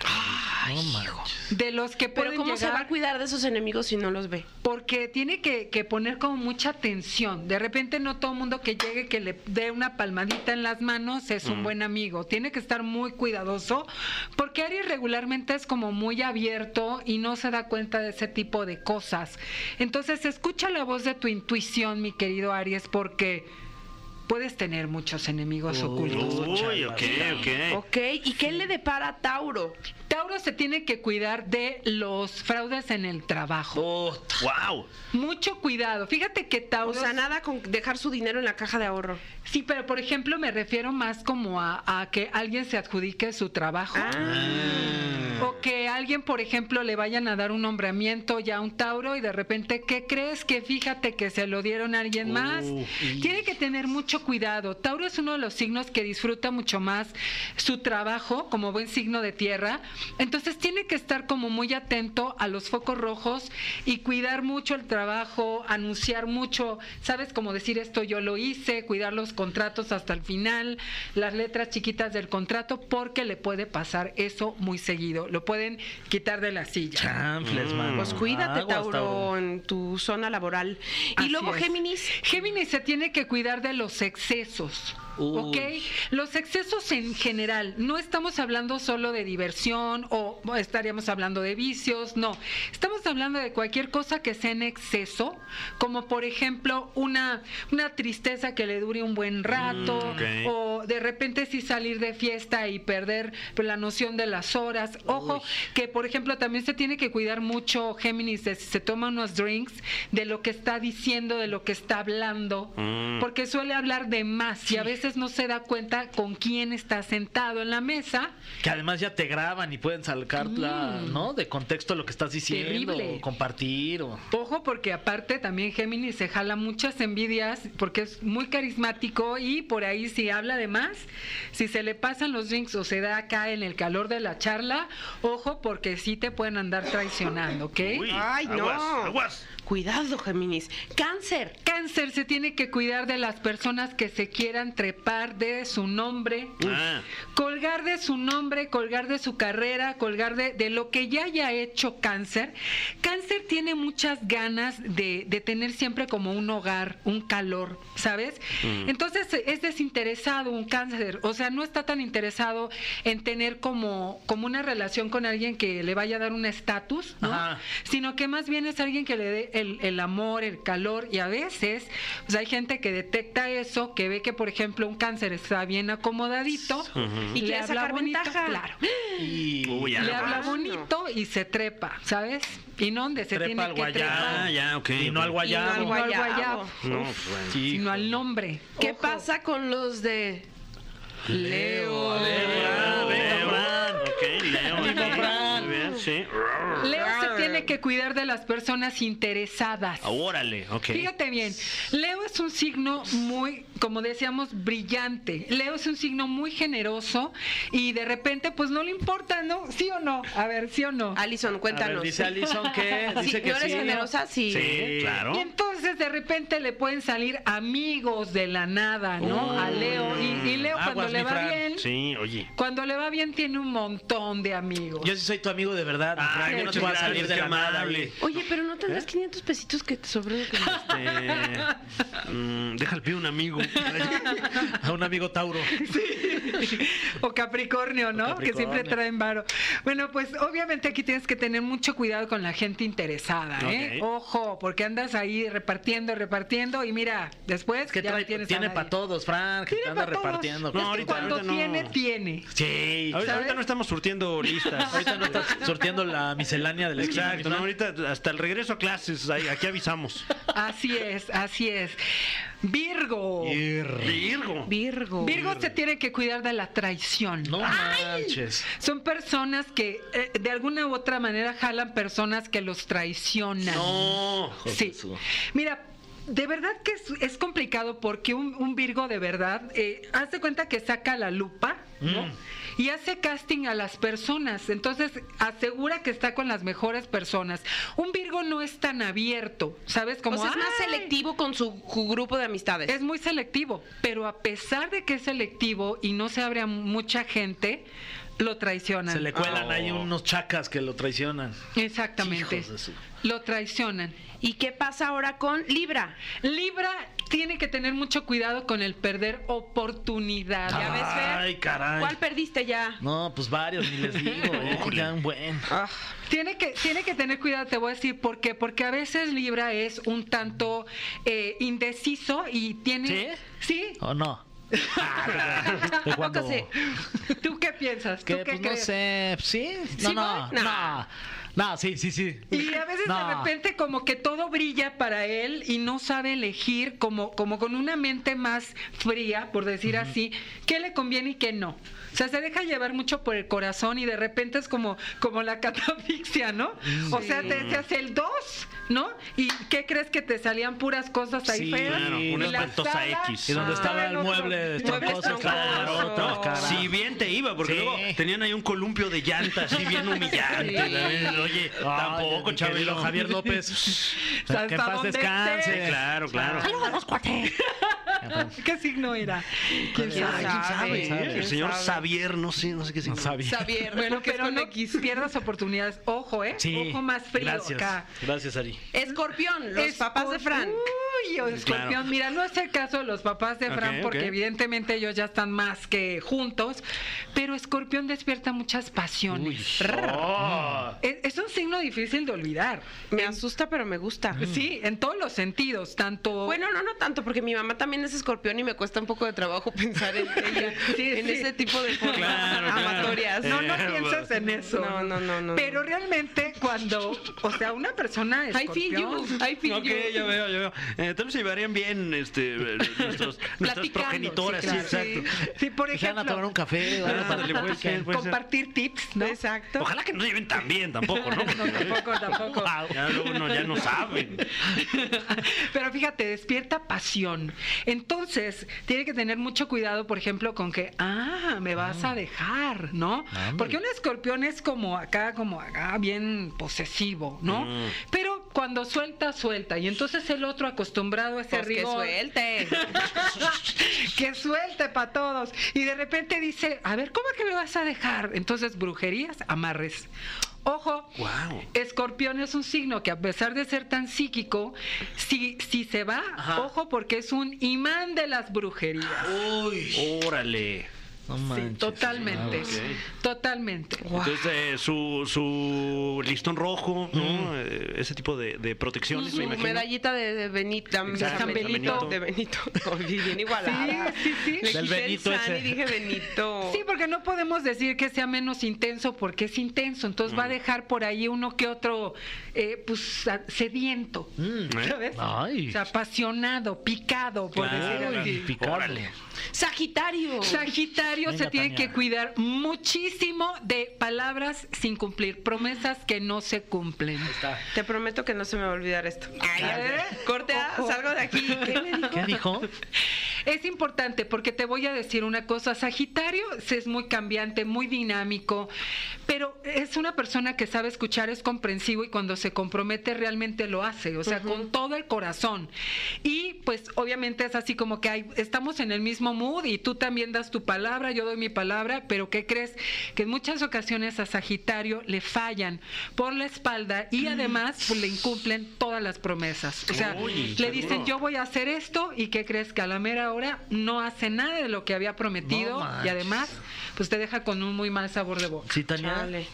Speaker 3: No manches.
Speaker 8: De los que
Speaker 5: Pero
Speaker 8: pueden
Speaker 5: ¿cómo se va a
Speaker 8: llegar
Speaker 5: cuidar de esos enemigos si no los ve?
Speaker 8: porque tiene que, que poner como mucha atención. De repente no todo mundo que llegue que le dé una palmadita en las manos es un buen amigo. Tiene que estar muy cuidadoso porque Aries regularmente es como muy abierto y no se da cuenta de ese tipo de cosas. Entonces escucha la voz de tu intuición, mi querido Aries, porque puedes tener muchos enemigos ocultos.
Speaker 2: Uy, ok,
Speaker 3: Eh.
Speaker 2: ok.
Speaker 5: Ok, ¿y qué le depara a Tauro?
Speaker 8: Tauro se tiene que cuidar de los fraudes en el trabajo.
Speaker 3: Oh,
Speaker 2: Wow.
Speaker 8: Mucho cuidado. Fíjate que Tauro.
Speaker 5: O sea, nada con dejar su dinero en la caja de ahorro.
Speaker 8: Sí, pero por ejemplo me refiero más como a, a que alguien se adjudique su trabajo. O que alguien, por ejemplo, le vayan a dar un nombramiento ya a un Tauro y de repente, ¿qué crees? Que fíjate que se lo dieron a alguien más. Tiene que tener mucho cuidado. Tauro es uno de los signos que disfruta mucho más su trabajo como buen signo de tierra. Entonces tiene que estar como muy atento a los focos rojos y cuidar mucho el trabajo, anunciar mucho, ¿sabes? Como decir esto yo lo hice, cuidar los contratos hasta el final, las letras chiquitas del contrato, porque le puede pasar eso muy seguido. Lo pueden quitar de la silla.
Speaker 3: Chanfles, mano.
Speaker 4: Mm.
Speaker 5: Pues cuídate,
Speaker 3: Aguas,
Speaker 5: Tauro, en tu zona laboral. y
Speaker 8: Así
Speaker 5: luego
Speaker 8: es.
Speaker 5: Géminis.
Speaker 8: Géminis se tiene que cuidar de los excesos.
Speaker 3: Uy.
Speaker 8: ¿Ok? Los excesos en general, no estamos hablando solo de diversión o estaríamos hablando de vicios, no. Estamos hablando de cualquier cosa que sea en exceso, como por ejemplo una, una tristeza que le dure un buen rato,
Speaker 2: Mm, ok.
Speaker 8: o de repente sí salir de fiesta y perder la noción de las horas. Ojo, que por ejemplo también se tiene que cuidar mucho Géminis de si se toma unos drinks, de lo que está diciendo, de lo que está hablando, porque suele hablar de más y a veces no se da cuenta con quién está sentado en la mesa.
Speaker 3: Que además ya te graban y pueden salcarla, ¿no? De contexto lo que estás diciendo.
Speaker 8: Terrible.
Speaker 3: O compartir o...
Speaker 8: Ojo, porque aparte también Géminis se jala muchas envidias porque es muy carismático y por ahí si habla de más, si se le pasan los drinks o se da acá en el calor de la charla, ojo porque sí te pueden andar traicionando, ¿ok?
Speaker 2: Uy,
Speaker 5: Ay, no.
Speaker 2: aguas, aguas.
Speaker 5: Cuidado, Géminis. Cáncer.
Speaker 8: Cáncer se tiene que cuidar de las personas que se quieran trepar de su nombre,
Speaker 2: Ah,
Speaker 8: colgar de su nombre, colgar de su carrera, colgar de, de lo que ya haya hecho cáncer. Cáncer tiene muchas ganas de, de tener siempre como un hogar, un calor, ¿sabes? Entonces es desinteresado un cáncer, o sea, no está tan interesado en tener como, como una relación con alguien que le vaya a dar un estatus, ¿no?
Speaker 3: Ajá.
Speaker 8: Sino que más bien es alguien que le dé el, el amor, el calor y a veces pues hay gente que detecta eso, que ve que por ejemplo un cáncer está bien acomodadito
Speaker 6: Y
Speaker 8: le
Speaker 6: quiere
Speaker 8: habla
Speaker 6: sacar
Speaker 8: bonito,
Speaker 6: ventaja.
Speaker 8: claro,
Speaker 9: Y-
Speaker 10: Uy,
Speaker 8: le
Speaker 10: ah,
Speaker 8: habla
Speaker 6: bueno.
Speaker 8: bonito y se trepa, ¿sabes? Y no donde se
Speaker 3: Trepa
Speaker 8: tiene
Speaker 3: al
Speaker 8: que
Speaker 3: guayabo.
Speaker 8: trepar,
Speaker 2: Ah, ya, ok.
Speaker 3: Y no al
Speaker 2: ok.
Speaker 3: guayabo.
Speaker 4: al
Speaker 8: y no al
Speaker 4: guayabo.
Speaker 8: guayabo,
Speaker 2: No, pues bueno.
Speaker 8: sino al nombre.
Speaker 6: ¿Qué
Speaker 8: Ojo.
Speaker 6: pasa con los de Leo?
Speaker 2: Leo, Leo, Fran. Ok, Leo.
Speaker 3: Dijo
Speaker 2: ok.
Speaker 3: Fran.
Speaker 2: Muy bien, sí.
Speaker 8: Leo se tiene que cuidar de las personas interesadas.
Speaker 2: Ah, Órale, ok.
Speaker 8: Fíjate bien, Leo es un signo muy, como decíamos, brillante. Leo es un signo muy generoso y de repente, pues no le importa, ¿no? ¿Sí o no? A ver, ¿sí o no?
Speaker 6: Alison,
Speaker 3: A ver,
Speaker 6: cuéntanos.
Speaker 3: dice Alison que
Speaker 6: Sí,
Speaker 3: dice que
Speaker 6: ¿No eres
Speaker 3: sí.
Speaker 6: generosa? Sí.
Speaker 2: Sí,
Speaker 8: Y
Speaker 2: claro.
Speaker 8: entonces de repente le pueden salir amigos de la nada, ¿no? A Leo. Y, y Leo cuando
Speaker 3: Aguas,
Speaker 8: le
Speaker 3: mi
Speaker 8: va
Speaker 3: Fran.
Speaker 8: bien,
Speaker 2: Sí, oye.
Speaker 8: cuando le va bien tiene un montón de amigos.
Speaker 3: Yo sí soy tu amigo de verdad. mi Fran,
Speaker 2: Ay,
Speaker 3: yo no te
Speaker 2: muchas
Speaker 3: voy a
Speaker 2: gracias,
Speaker 3: salir de
Speaker 2: qué
Speaker 3: la nada.
Speaker 2: amable.
Speaker 6: Oye, pero no
Speaker 4: ¿Eh?
Speaker 6: tendrás 500 pesitos que te sobró.
Speaker 4: Ah,
Speaker 2: Este, mm, deja al pie un amigo.
Speaker 3: A un amigo Tauro.
Speaker 8: o Capricornio, ¿no?
Speaker 3: O Capricornio.
Speaker 8: Que siempre traen varo. Bueno, pues obviamente aquí tienes que tener mucho cuidado con la gente interesada, ¿eh?
Speaker 2: Ok.
Speaker 8: Ojo, porque andas ahí repartiendo, repartiendo y mira, después
Speaker 3: Es que
Speaker 8: ya no
Speaker 3: trae,
Speaker 8: tienes a
Speaker 3: tiene
Speaker 8: nadie.
Speaker 3: para todos, Fran. Que
Speaker 8: Tiene
Speaker 3: te anda
Speaker 8: pa' todos.
Speaker 3: repartiendo.
Speaker 8: Es que
Speaker 2: No, ahorita-
Speaker 8: cuando
Speaker 2: ahorita no.
Speaker 8: tiene, tiene.
Speaker 3: Sí.
Speaker 2: Ahorita, ahorita no estamos surtiendo listas.
Speaker 3: Ahorita no estás sorteando la miscelánea del
Speaker 2: Exacto, no, ahorita hasta el regreso a clases, ahí- aquí avisamos.
Speaker 8: Así es, así es. Virgo.
Speaker 2: Virgo.
Speaker 6: Virgo.
Speaker 8: Virgo se tiene que cuidar de la traición.
Speaker 3: No manches.
Speaker 8: Son personas que eh, de alguna u otra manera jalan personas que los traicionan.
Speaker 2: No.
Speaker 8: Sí. Mira, de verdad que es, es complicado porque un, un Virgo de verdad eh, hace cuenta que saca la lupa ¿no?
Speaker 3: Mm.
Speaker 8: y hace casting a las personas. Entonces asegura que está con las mejores personas. Un Virgo no es tan abierto, ¿sabes? Como
Speaker 4: pues
Speaker 6: o sea, es más
Speaker 8: "Ay,
Speaker 6: selectivo con su ju- grupo de amistades.
Speaker 8: es muy selectivo, pero a pesar de que es selectivo y no se abre a mucha gente, lo traicionan.
Speaker 3: Se le cuelan ahí unos chacas que lo traicionan.
Speaker 8: Exactamente.
Speaker 3: Hijos de su-
Speaker 8: Lo traicionan.
Speaker 6: ¿Y qué pasa ahora con Libra?
Speaker 8: Libra tiene que tener mucho cuidado con el perder oportunidades.
Speaker 6: Ya
Speaker 3: Ah.
Speaker 6: ves, Fer.
Speaker 3: Ay, caray.
Speaker 6: ¿Cuál perdiste ya?
Speaker 3: No, pues varios, ni les digo. eh, ya un buen.
Speaker 8: Tiene que, tiene que tener cuidado, te voy a decir por qué. Porque a veces Libra es un tanto eh, indeciso y tiene. ¿Sí?
Speaker 3: ¿O no? ¿De
Speaker 6: ¿A
Speaker 3: cuándo?
Speaker 6: poco sí?
Speaker 8: ¿Tú qué piensas? ¿Tú
Speaker 3: ¿Qué?
Speaker 8: qué
Speaker 3: Pues no
Speaker 8: crees?
Speaker 3: sé. ¿Sí? No,
Speaker 6: ¿Sí
Speaker 3: no,
Speaker 6: voy? No.
Speaker 3: no. No, sí, sí, sí.
Speaker 8: Y a veces de
Speaker 3: No.
Speaker 8: repente como que todo brilla para él y no sabe elegir como, como con una mente más fría, por decir así, qué le conviene y qué no. O sea, se deja llevar mucho por el corazón y de repente es como, como la catafixia, ¿no?
Speaker 3: Mm.
Speaker 8: O sea, te decías el 2, ¿no? ¿Y qué crees que te salían puras cosas ahí
Speaker 3: Sí,
Speaker 8: feas?
Speaker 3: claro, una
Speaker 8: Y la
Speaker 2: espantosa
Speaker 8: sala-
Speaker 2: X.
Speaker 3: ¿Y dónde
Speaker 8: Ah,
Speaker 3: estaba el
Speaker 8: otro.
Speaker 3: mueble?
Speaker 6: Muebles
Speaker 3: Espantoso,
Speaker 6: troncosos.
Speaker 3: claro, caray.
Speaker 2: Si bien te iba, porque
Speaker 3: Sí.
Speaker 2: luego tenían ahí un columpio de llantas, así bien humillante.
Speaker 8: Sí.
Speaker 2: también. Oye, tampoco,
Speaker 3: mi querido
Speaker 2: Chabelo.
Speaker 3: Javier López.
Speaker 8: Hasta
Speaker 3: que en paz
Speaker 8: donde
Speaker 3: descanse.
Speaker 8: estés.
Speaker 2: Claro, claro.
Speaker 8: ¿Qué signo era? ¿Quién
Speaker 3: ¿Quién
Speaker 8: sabe?
Speaker 3: sabe?
Speaker 2: El señor Xavier, no sé, no sé qué
Speaker 3: No
Speaker 2: significa.
Speaker 3: sabía.
Speaker 4: Xavier,
Speaker 8: Bueno,
Speaker 4: porque es
Speaker 8: pero
Speaker 4: con
Speaker 8: no
Speaker 4: X.
Speaker 8: pierdas oportunidades. Ojo, ¿eh?
Speaker 3: Sí.
Speaker 8: Ojo más frío
Speaker 3: Gracias.
Speaker 8: acá.
Speaker 3: Gracias, Ari.
Speaker 4: Escorpión, los
Speaker 8: Escorp-
Speaker 4: papás de Fran.
Speaker 8: Uy, o escorpión.
Speaker 2: Claro.
Speaker 8: Mira, no es el caso de los papás de Fran,
Speaker 2: Ok,
Speaker 8: porque
Speaker 2: ok.
Speaker 8: evidentemente ellos ya están más que juntos, pero escorpión despierta muchas pasiones.
Speaker 2: Oh.
Speaker 8: Es, es un signo difícil de olvidar.
Speaker 4: Me asusta, pero me gusta.
Speaker 8: Sí, en todos los sentidos, tanto...
Speaker 4: Bueno, no, no tanto, porque mi mamá también es escorpión y me cuesta un poco de trabajo pensar en ella,
Speaker 8: Sí,
Speaker 4: en
Speaker 8: sí.
Speaker 4: ese tipo de Ah, formas
Speaker 2: Claro, claro.
Speaker 4: amatorias.
Speaker 8: no, no
Speaker 2: Eh,
Speaker 8: piensas en eso.
Speaker 4: No, no, no, no.
Speaker 8: Pero realmente cuando, o sea, una persona
Speaker 4: I feel you,
Speaker 8: escorpión...
Speaker 4: I feel
Speaker 2: Ok,
Speaker 4: you.
Speaker 2: ya veo, ya veo. Eh, Entonces se llevarían bien este, eh, nuestros, nuestras
Speaker 4: Platicando,
Speaker 2: progenitoras, sí,
Speaker 8: Sí,
Speaker 2: exacto.
Speaker 8: sí, por
Speaker 3: Se van a tomar
Speaker 8: ejemplo, Ah,
Speaker 3: un café. van a
Speaker 2: Ándale, puede ser,
Speaker 3: platicar.
Speaker 2: puede ser.
Speaker 8: compartir tips, ¿no?
Speaker 4: Exacto.
Speaker 2: Ojalá que no se lleven tan bien tampoco, ¿no?
Speaker 8: No, tampoco, tampoco.
Speaker 2: Ya luego no, ya no saben.
Speaker 8: Pero fíjate, despierta pasión. Entonces, tiene que tener mucho cuidado, por ejemplo, con que, ah, me vas a dejar, ¿no?
Speaker 3: Ándale.
Speaker 8: Porque un escorpión es como acá, como acá, bien posesivo, ¿no?
Speaker 3: Mm.
Speaker 8: Pero cuando suelta, suelta. Y entonces el otro acostumbrado a ese
Speaker 4: Pues que
Speaker 8: rigor,
Speaker 4: suelte.
Speaker 8: que suelte para todos. Y de repente dice, a ver, ¿cómo que me vas a dejar? Entonces, brujerías, amarres. Ojo,
Speaker 2: Wow.
Speaker 8: Escorpión es un signo que a pesar de ser tan psíquico, si, si se va, ojo porque es un imán de las brujerías.
Speaker 2: Órale.
Speaker 11: No Ah, manches.
Speaker 8: Totalmente,
Speaker 11: Ah,
Speaker 8: totalmente.
Speaker 2: Entonces, eh, su, su listón rojo, ¿no?
Speaker 8: Mm.
Speaker 2: Eh, ese tipo de, de protecciones,
Speaker 4: Su
Speaker 2: me imagino.
Speaker 4: medallita de, de Benita.
Speaker 2: Exacto,
Speaker 4: de San
Speaker 2: Benito.
Speaker 4: De Benito. No, bien igualada.
Speaker 8: Sí, sí, sí.
Speaker 4: Le
Speaker 11: Del
Speaker 4: quité
Speaker 11: Benito
Speaker 4: el san
Speaker 11: ese.
Speaker 4: y dije Benito.
Speaker 8: Sí, porque no podemos decir que sea menos intenso porque es intenso, entonces
Speaker 11: Mm.
Speaker 8: va a dejar por ahí uno que otro, eh, pues a- sediento,
Speaker 11: Mm.
Speaker 2: ¿Eh?
Speaker 8: ¿sabes?
Speaker 11: Ay.
Speaker 8: O sea, apasionado, picado, por decir
Speaker 11: Ay,
Speaker 8: así.
Speaker 11: picado.
Speaker 2: Órale.
Speaker 5: Sagitario.
Speaker 8: Sagitario
Speaker 11: Venga,
Speaker 8: se tiene
Speaker 11: Tania.
Speaker 8: que cuidar muchísimo de palabras sin cumplir, promesas que no se cumplen. ¿Eh?
Speaker 11: Está.
Speaker 4: Te prometo que no se me va a olvidar esto.
Speaker 11: Ah,
Speaker 8: a ver.
Speaker 4: Corte, ah,
Speaker 8: Ojo.
Speaker 4: salgo de aquí. ¿Qué me dijo?
Speaker 11: ¿Qué dijo?
Speaker 8: Es importante porque te voy a decir una cosa, Sagitario se- es muy cambiante, muy dinámico, pero es una persona que sabe escuchar, es comprensivo y cuando se compromete realmente lo hace, o sea, con todo el corazón. Y pues obviamente es así como que hay- estamos en el mismo mood y tú también das tu palabra, yo doy mi palabra, pero ¿qué crees? Que en muchas ocasiones a Sagitario le fallan por la espalda y además pues, le incumplen todas las promesas. O sea,
Speaker 2: Uy,
Speaker 8: le dicen
Speaker 2: seguro.
Speaker 8: yo voy a hacer esto y que crees que a la mera hora no hace nada de lo que había prometido
Speaker 11: No manches.
Speaker 8: y además pues te deja con un muy mal sabor de boca.
Speaker 11: ¿Sí, Tania?
Speaker 4: Chale.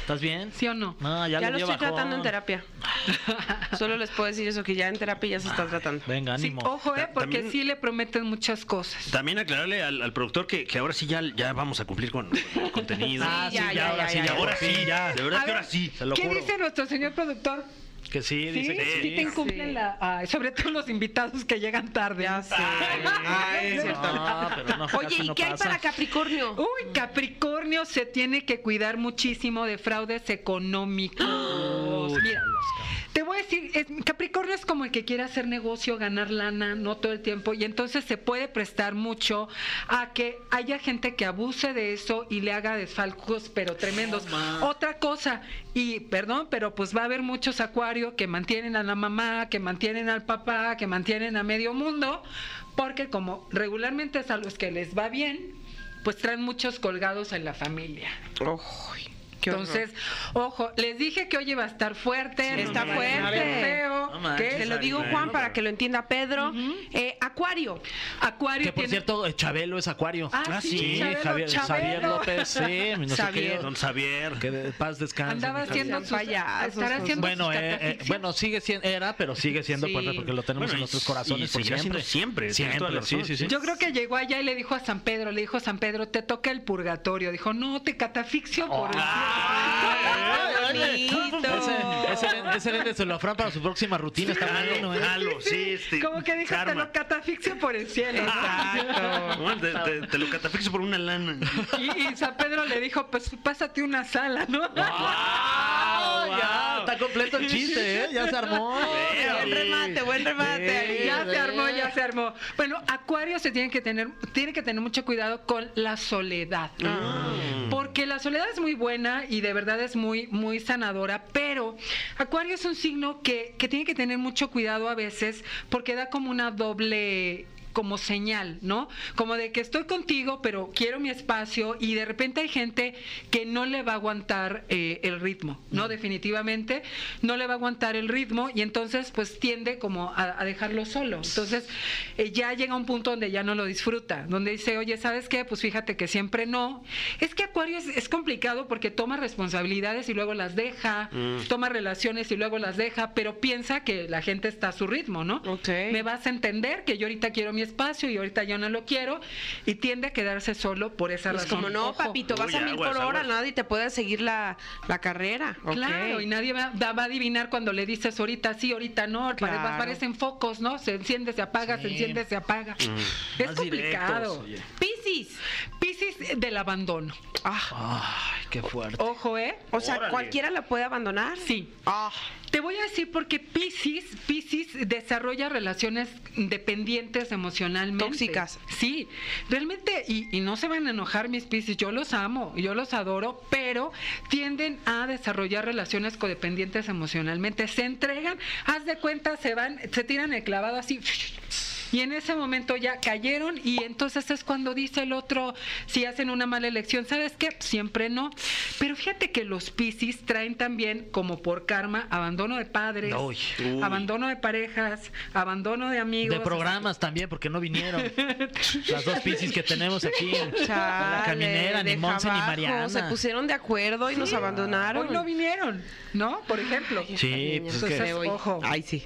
Speaker 11: ¿Estás bien?
Speaker 8: ¿Sí o no?
Speaker 11: No, ya,
Speaker 4: Ya
Speaker 11: le
Speaker 4: lo
Speaker 11: dio
Speaker 4: estoy
Speaker 11: bajón.
Speaker 4: tratando en terapia. Solo les puedo decir eso, que ya en terapia ya se está tratando.
Speaker 11: Venga,
Speaker 8: Sí,
Speaker 11: ánimo.
Speaker 8: ojo, eh,
Speaker 2: Ta-
Speaker 8: porque
Speaker 2: también-
Speaker 8: sí le prometen muchas cosas.
Speaker 2: También aclararle al, al productor que, que ahora sí ya, ya vamos a cumplir con, con el contenido.
Speaker 11: Ah,
Speaker 4: Sí,
Speaker 11: sí,
Speaker 4: ya, ya,
Speaker 11: ya, ahora
Speaker 4: ya,
Speaker 11: sí,
Speaker 4: ya,
Speaker 11: ya,
Speaker 4: ya.
Speaker 11: ahora sí, ya.
Speaker 2: De verdad
Speaker 8: A
Speaker 2: que
Speaker 8: ver,
Speaker 2: ahora sí.
Speaker 11: Se lo
Speaker 8: ¿Qué
Speaker 11: juro.
Speaker 8: dice nuestro señor productor?
Speaker 11: Que sí,
Speaker 8: Sí,
Speaker 11: dice que
Speaker 8: sí
Speaker 11: sí.
Speaker 8: te incumplen
Speaker 4: Sí.
Speaker 8: la- ay, sobre todo los invitados que llegan tarde.
Speaker 4: Ya sé.
Speaker 8: Ah,
Speaker 11: Ay, no, pero no,
Speaker 5: Oye,
Speaker 11: casi
Speaker 5: ¿y
Speaker 11: no
Speaker 5: qué hay
Speaker 11: pasa.
Speaker 5: para Capricornio?
Speaker 8: Uy, Capricornio se tiene que cuidar muchísimo de fraudes económicos.
Speaker 11: Uy,
Speaker 8: Mira,
Speaker 11: chalas, cabrón.
Speaker 8: Te voy a decir, es- Capricornio es como el que quiere hacer negocio, ganar lana, no todo el tiempo, y entonces se puede prestar mucho a que haya gente que abuse de eso y le haga desfalcos, pero tremendos. Otra cosa, y perdón, pero pues va a haber muchos acuario que mantienen a la mamá, que mantienen al papá, que mantienen a medio mundo, porque como regularmente es a los que les va bien, pues traen muchos colgados en la familia.
Speaker 4: Uy, qué horror.
Speaker 8: Entonces, ojo, les dije que hoy iba a estar fuerte.
Speaker 4: Sí, está
Speaker 8: no manches,
Speaker 4: fuerte.
Speaker 8: está feo,
Speaker 11: No manches,
Speaker 8: ¿qué?
Speaker 4: Te lo digo, Juan, para que lo entienda Pedro. Eh, Acuario.
Speaker 8: Acuario
Speaker 11: Que por
Speaker 8: tiene-
Speaker 11: cierto, eh, Chabelo es acuario.
Speaker 8: Ah, sí, Chabelo,
Speaker 11: Javier,
Speaker 8: Chabelo.
Speaker 11: Xavier López, sí, no sé
Speaker 4: Xavier.
Speaker 11: qué.
Speaker 2: Don Xavier.
Speaker 11: Que de paz descanse.
Speaker 8: andaba
Speaker 11: mi Javier.
Speaker 8: haciendo
Speaker 4: Sean
Speaker 8: sus,
Speaker 4: payasos,
Speaker 8: estar haciendo
Speaker 11: Bueno,
Speaker 8: sus
Speaker 11: eh, eh,
Speaker 8: catafixias.
Speaker 11: bueno, sigue siendo, era, pero sigue siendo
Speaker 4: Sí.
Speaker 11: fuerte porque lo tenemos
Speaker 2: Bueno,
Speaker 11: en
Speaker 2: y-
Speaker 11: nuestros corazones
Speaker 2: y
Speaker 11: por
Speaker 2: seguirá siendo
Speaker 11: siempre.
Speaker 2: siempre, tienes toda la
Speaker 11: Siempre, sí,
Speaker 2: razón.
Speaker 11: sí, sí.
Speaker 8: Yo creo que llegó allá y le dijo a San Pedro, le dijo a San Pedro, te toca el purgatorio. Dijo, no, te catafixio por el
Speaker 11: Ah,
Speaker 4: Ay,
Speaker 11: Ese-
Speaker 4: bonito.
Speaker 11: Ese ese vende su lofrán para su próxima rutina, está bueno, ¿eh?
Speaker 2: Jalo, sí, sí.
Speaker 8: Como que dijo, te
Speaker 2: Karma.
Speaker 8: lo catafixio por el cielo.
Speaker 4: Exacto.
Speaker 2: Bueno, te, te- te lo catafixo por una lana.
Speaker 8: Y, y San Pedro le dijo, pues pásate una sala, ¿no?
Speaker 11: Ah, Ya,
Speaker 2: wow.
Speaker 11: está completo el chiste, ¿eh? Ya se armó.
Speaker 4: Buen remate, buen remate.
Speaker 11: Sí.
Speaker 8: Ya se armó, ya se armó. Bueno, Acuario se tiene que tener, tiene que tener mucho cuidado con la soledad.
Speaker 4: Ah.
Speaker 8: Porque la soledad es muy buena y de verdad es muy, muy sanadora, pero Acuario es un signo que, que tiene que tener mucho cuidado a veces porque da como una doble como señal, ¿no? Como de que estoy contigo, pero quiero mi espacio y de repente hay gente que no le va a aguantar eh, el ritmo,
Speaker 4: Mm.
Speaker 8: ¿no? Definitivamente no le va a aguantar el ritmo y entonces pues tiende como a, a dejarlo solo. Entonces eh, ya llega un punto donde ya no lo disfruta, donde dice, oye, ¿sabes qué? Pues fíjate que siempre no. Es que Acuario es, es complicado porque toma responsabilidades y luego las deja,
Speaker 4: Mm.
Speaker 8: toma relaciones y luego las deja, pero piensa que la gente está a su ritmo, ¿no?
Speaker 4: Ok.
Speaker 8: Me vas a entender que yo ahorita quiero mi espacio y ahorita yo no lo quiero y tiende a quedarse solo por esa
Speaker 4: Pues
Speaker 8: razón.
Speaker 4: como no,
Speaker 8: Ojo.
Speaker 4: papito, vas
Speaker 2: Uy,
Speaker 4: a mil por
Speaker 2: aguas,
Speaker 4: hora,
Speaker 2: aguas.
Speaker 4: nadie te puede seguir la, la carrera. Ok.
Speaker 8: Claro, y nadie va, va- va a adivinar cuando le dices ahorita sí, ahorita no. pare-
Speaker 4: Claro.
Speaker 8: parecen focos, ¿no? Se enciende, se apaga, se
Speaker 11: Sí.
Speaker 8: enciende, se
Speaker 4: Mm.
Speaker 8: apaga. Es
Speaker 11: Más directos,
Speaker 8: complicado.
Speaker 11: oye.
Speaker 4: Piscis.
Speaker 8: Piscis eh, del abandono.
Speaker 4: Ah,
Speaker 11: Ay, qué fuerte.
Speaker 8: Ojo, ¿eh?
Speaker 4: o sea,
Speaker 2: Órale.
Speaker 4: cualquiera la puede abandonar.
Speaker 8: Sí.
Speaker 4: Ah,
Speaker 8: Te voy a decir porque Piscis, Piscis desarrolla relaciones dependientes emocionalmente.
Speaker 4: Tóxicas.
Speaker 8: Sí, realmente, y, y no se van a enojar mis Piscis, yo los amo, yo los adoro, pero tienden a desarrollar relaciones codependientes emocionalmente. Se entregan, haz de cuenta, se van, se tiran el clavado así. Y en ese momento ya cayeron y entonces es cuando dice el otro, si hacen una mala elección, ¿sabes qué? Siempre no. Pero fíjate que los Piscis traen también, como por karma, abandono de padres,
Speaker 3: Uy.
Speaker 8: abandono de parejas, abandono de amigos.
Speaker 3: De programas también, porque no vinieron. Las dos piscis que tenemos aquí. la
Speaker 4: Chale,
Speaker 3: caminera, ni
Speaker 4: deja
Speaker 3: Monse ni
Speaker 4: abajo,
Speaker 3: Mariana.
Speaker 4: Se pusieron de acuerdo y nos
Speaker 8: Hoy
Speaker 4: abandonaron.
Speaker 8: no vinieron, ¿no? Por ejemplo.
Speaker 3: Sí,
Speaker 6: Niños,
Speaker 3: pues es que-
Speaker 8: Entonces,
Speaker 6: voy.
Speaker 8: ojo.
Speaker 4: Ay, sí.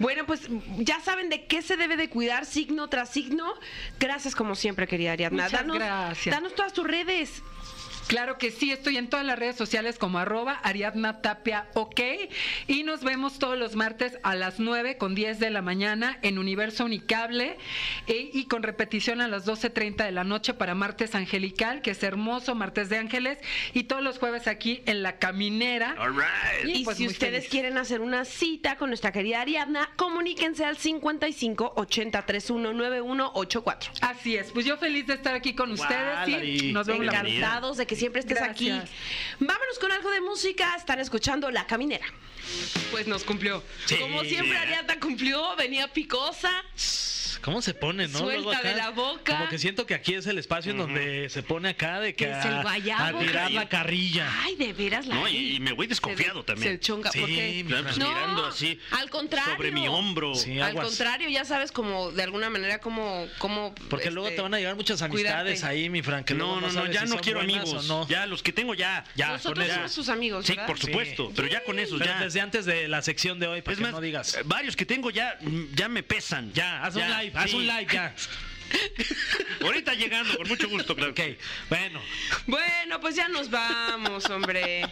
Speaker 6: Bueno, pues ya saben de qué se debe de cuidar signo tras signo. Gracias como siempre, querida Ariadna.
Speaker 8: Muchas
Speaker 6: danos,
Speaker 8: gracias.
Speaker 6: danos todas tus redes.
Speaker 8: Claro que sí, estoy en todas las redes sociales como arroba Ariadna Tapia OK y nos vemos todos los martes a las 9 con 10 de la mañana en Universo Unicable e- y con repetición a las 12.30 de la noche para Martes Angelical, que es hermoso, Martes de Ángeles y todos los jueves aquí en La Caminera.
Speaker 2: All right.
Speaker 8: Y,
Speaker 6: Y
Speaker 8: pues,
Speaker 6: si
Speaker 8: muy
Speaker 6: ustedes
Speaker 8: feliz.
Speaker 6: quieren hacer una cita con nuestra querida Ariadna, comuníquense al 55 80 31 9184.
Speaker 8: Así es, pues yo feliz de estar aquí con ustedes y
Speaker 3: Lali.
Speaker 8: nos vemos la próxima.
Speaker 6: Encantados de que siempre estés
Speaker 8: Gracias.
Speaker 6: aquí. Vámonos con algo de música. Están escuchando La Caminera. Pues nos cumplió. Como siempre, Ariadna cumplió. Venía picosa.
Speaker 3: ¿Cómo se pone, no?
Speaker 6: Suelta
Speaker 3: Luego acá,
Speaker 6: de la boca.
Speaker 3: Como que siento que aquí es el espacio en donde se pone acá de que
Speaker 6: Es el
Speaker 3: a,
Speaker 6: guayabo.
Speaker 3: a tirar la carrilla.
Speaker 6: Ay, de veras, la.
Speaker 2: No, y, y me voy desconfiado
Speaker 6: Se
Speaker 2: también.
Speaker 6: chonga.
Speaker 3: Sí,
Speaker 6: ¿Por qué?
Speaker 3: mi Fran.
Speaker 2: Pues mirando así
Speaker 6: Al contrario.
Speaker 2: sobre mi hombro.
Speaker 3: Sí,
Speaker 6: Al
Speaker 3: aguas.
Speaker 6: contrario, ya sabes, como de alguna manera, como. como
Speaker 3: Porque luego
Speaker 6: este,
Speaker 3: te van a llegar muchas amistades
Speaker 6: cuidarte.
Speaker 3: ahí, mi Fran. que luego
Speaker 2: No, no, no,
Speaker 3: sabes
Speaker 2: ya
Speaker 3: si
Speaker 2: no
Speaker 3: son
Speaker 2: quiero
Speaker 3: buenas
Speaker 2: amigos.
Speaker 3: o no.
Speaker 2: Ya los que tengo ya.
Speaker 3: Ya,
Speaker 6: Nosotros
Speaker 3: con eso.
Speaker 6: somos sus amigos.
Speaker 2: Sí,
Speaker 6: ¿verdad?
Speaker 2: por supuesto, pero ya con esos
Speaker 3: Pero
Speaker 2: pues ya.
Speaker 3: desde antes de la sección de hoy, para
Speaker 2: es
Speaker 3: que
Speaker 2: más,
Speaker 3: no digas.
Speaker 2: eh, varios que tengo ya, mm, ya me pesan.
Speaker 3: Ya, haz un
Speaker 2: Ya,
Speaker 3: live, haz
Speaker 2: sí.
Speaker 3: un live ya.
Speaker 2: Ahorita llegando, con mucho gusto, claro.
Speaker 3: Ok, bueno.
Speaker 4: Bueno, pues ya nos vamos, hombre.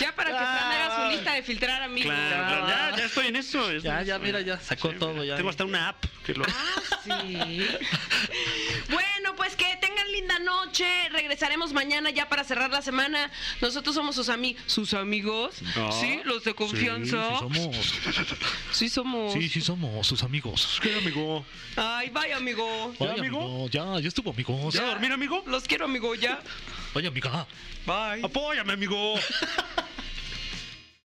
Speaker 4: Ya para que Fran haga su lista de filtrar amigos.
Speaker 2: Claro,
Speaker 4: Ah,
Speaker 2: ya, ya estoy en eso. es-
Speaker 3: Ya, ya, mira, ya sacó todo, ya.
Speaker 2: Tengo hasta una app. que lo-
Speaker 6: Sí. Bueno, pues que tengan linda noche. Regresaremos mañana ya para cerrar la semana. Nosotros somos sus, ami sus amigos.
Speaker 2: Ah,
Speaker 6: sí, los de confianza. Sí, somos. Sí, somos.
Speaker 3: sí somos sus amigos.
Speaker 2: ¿Qué, amigo?
Speaker 6: Ay, vaya, amigo.
Speaker 2: ¿Ya, amigo?
Speaker 3: ya, ya estuvo, amigos.
Speaker 2: ¿Ya dormir, amigo?
Speaker 6: Los quiero, amigo, ya.
Speaker 3: Oye, amiga.
Speaker 2: Apóyame, amigo.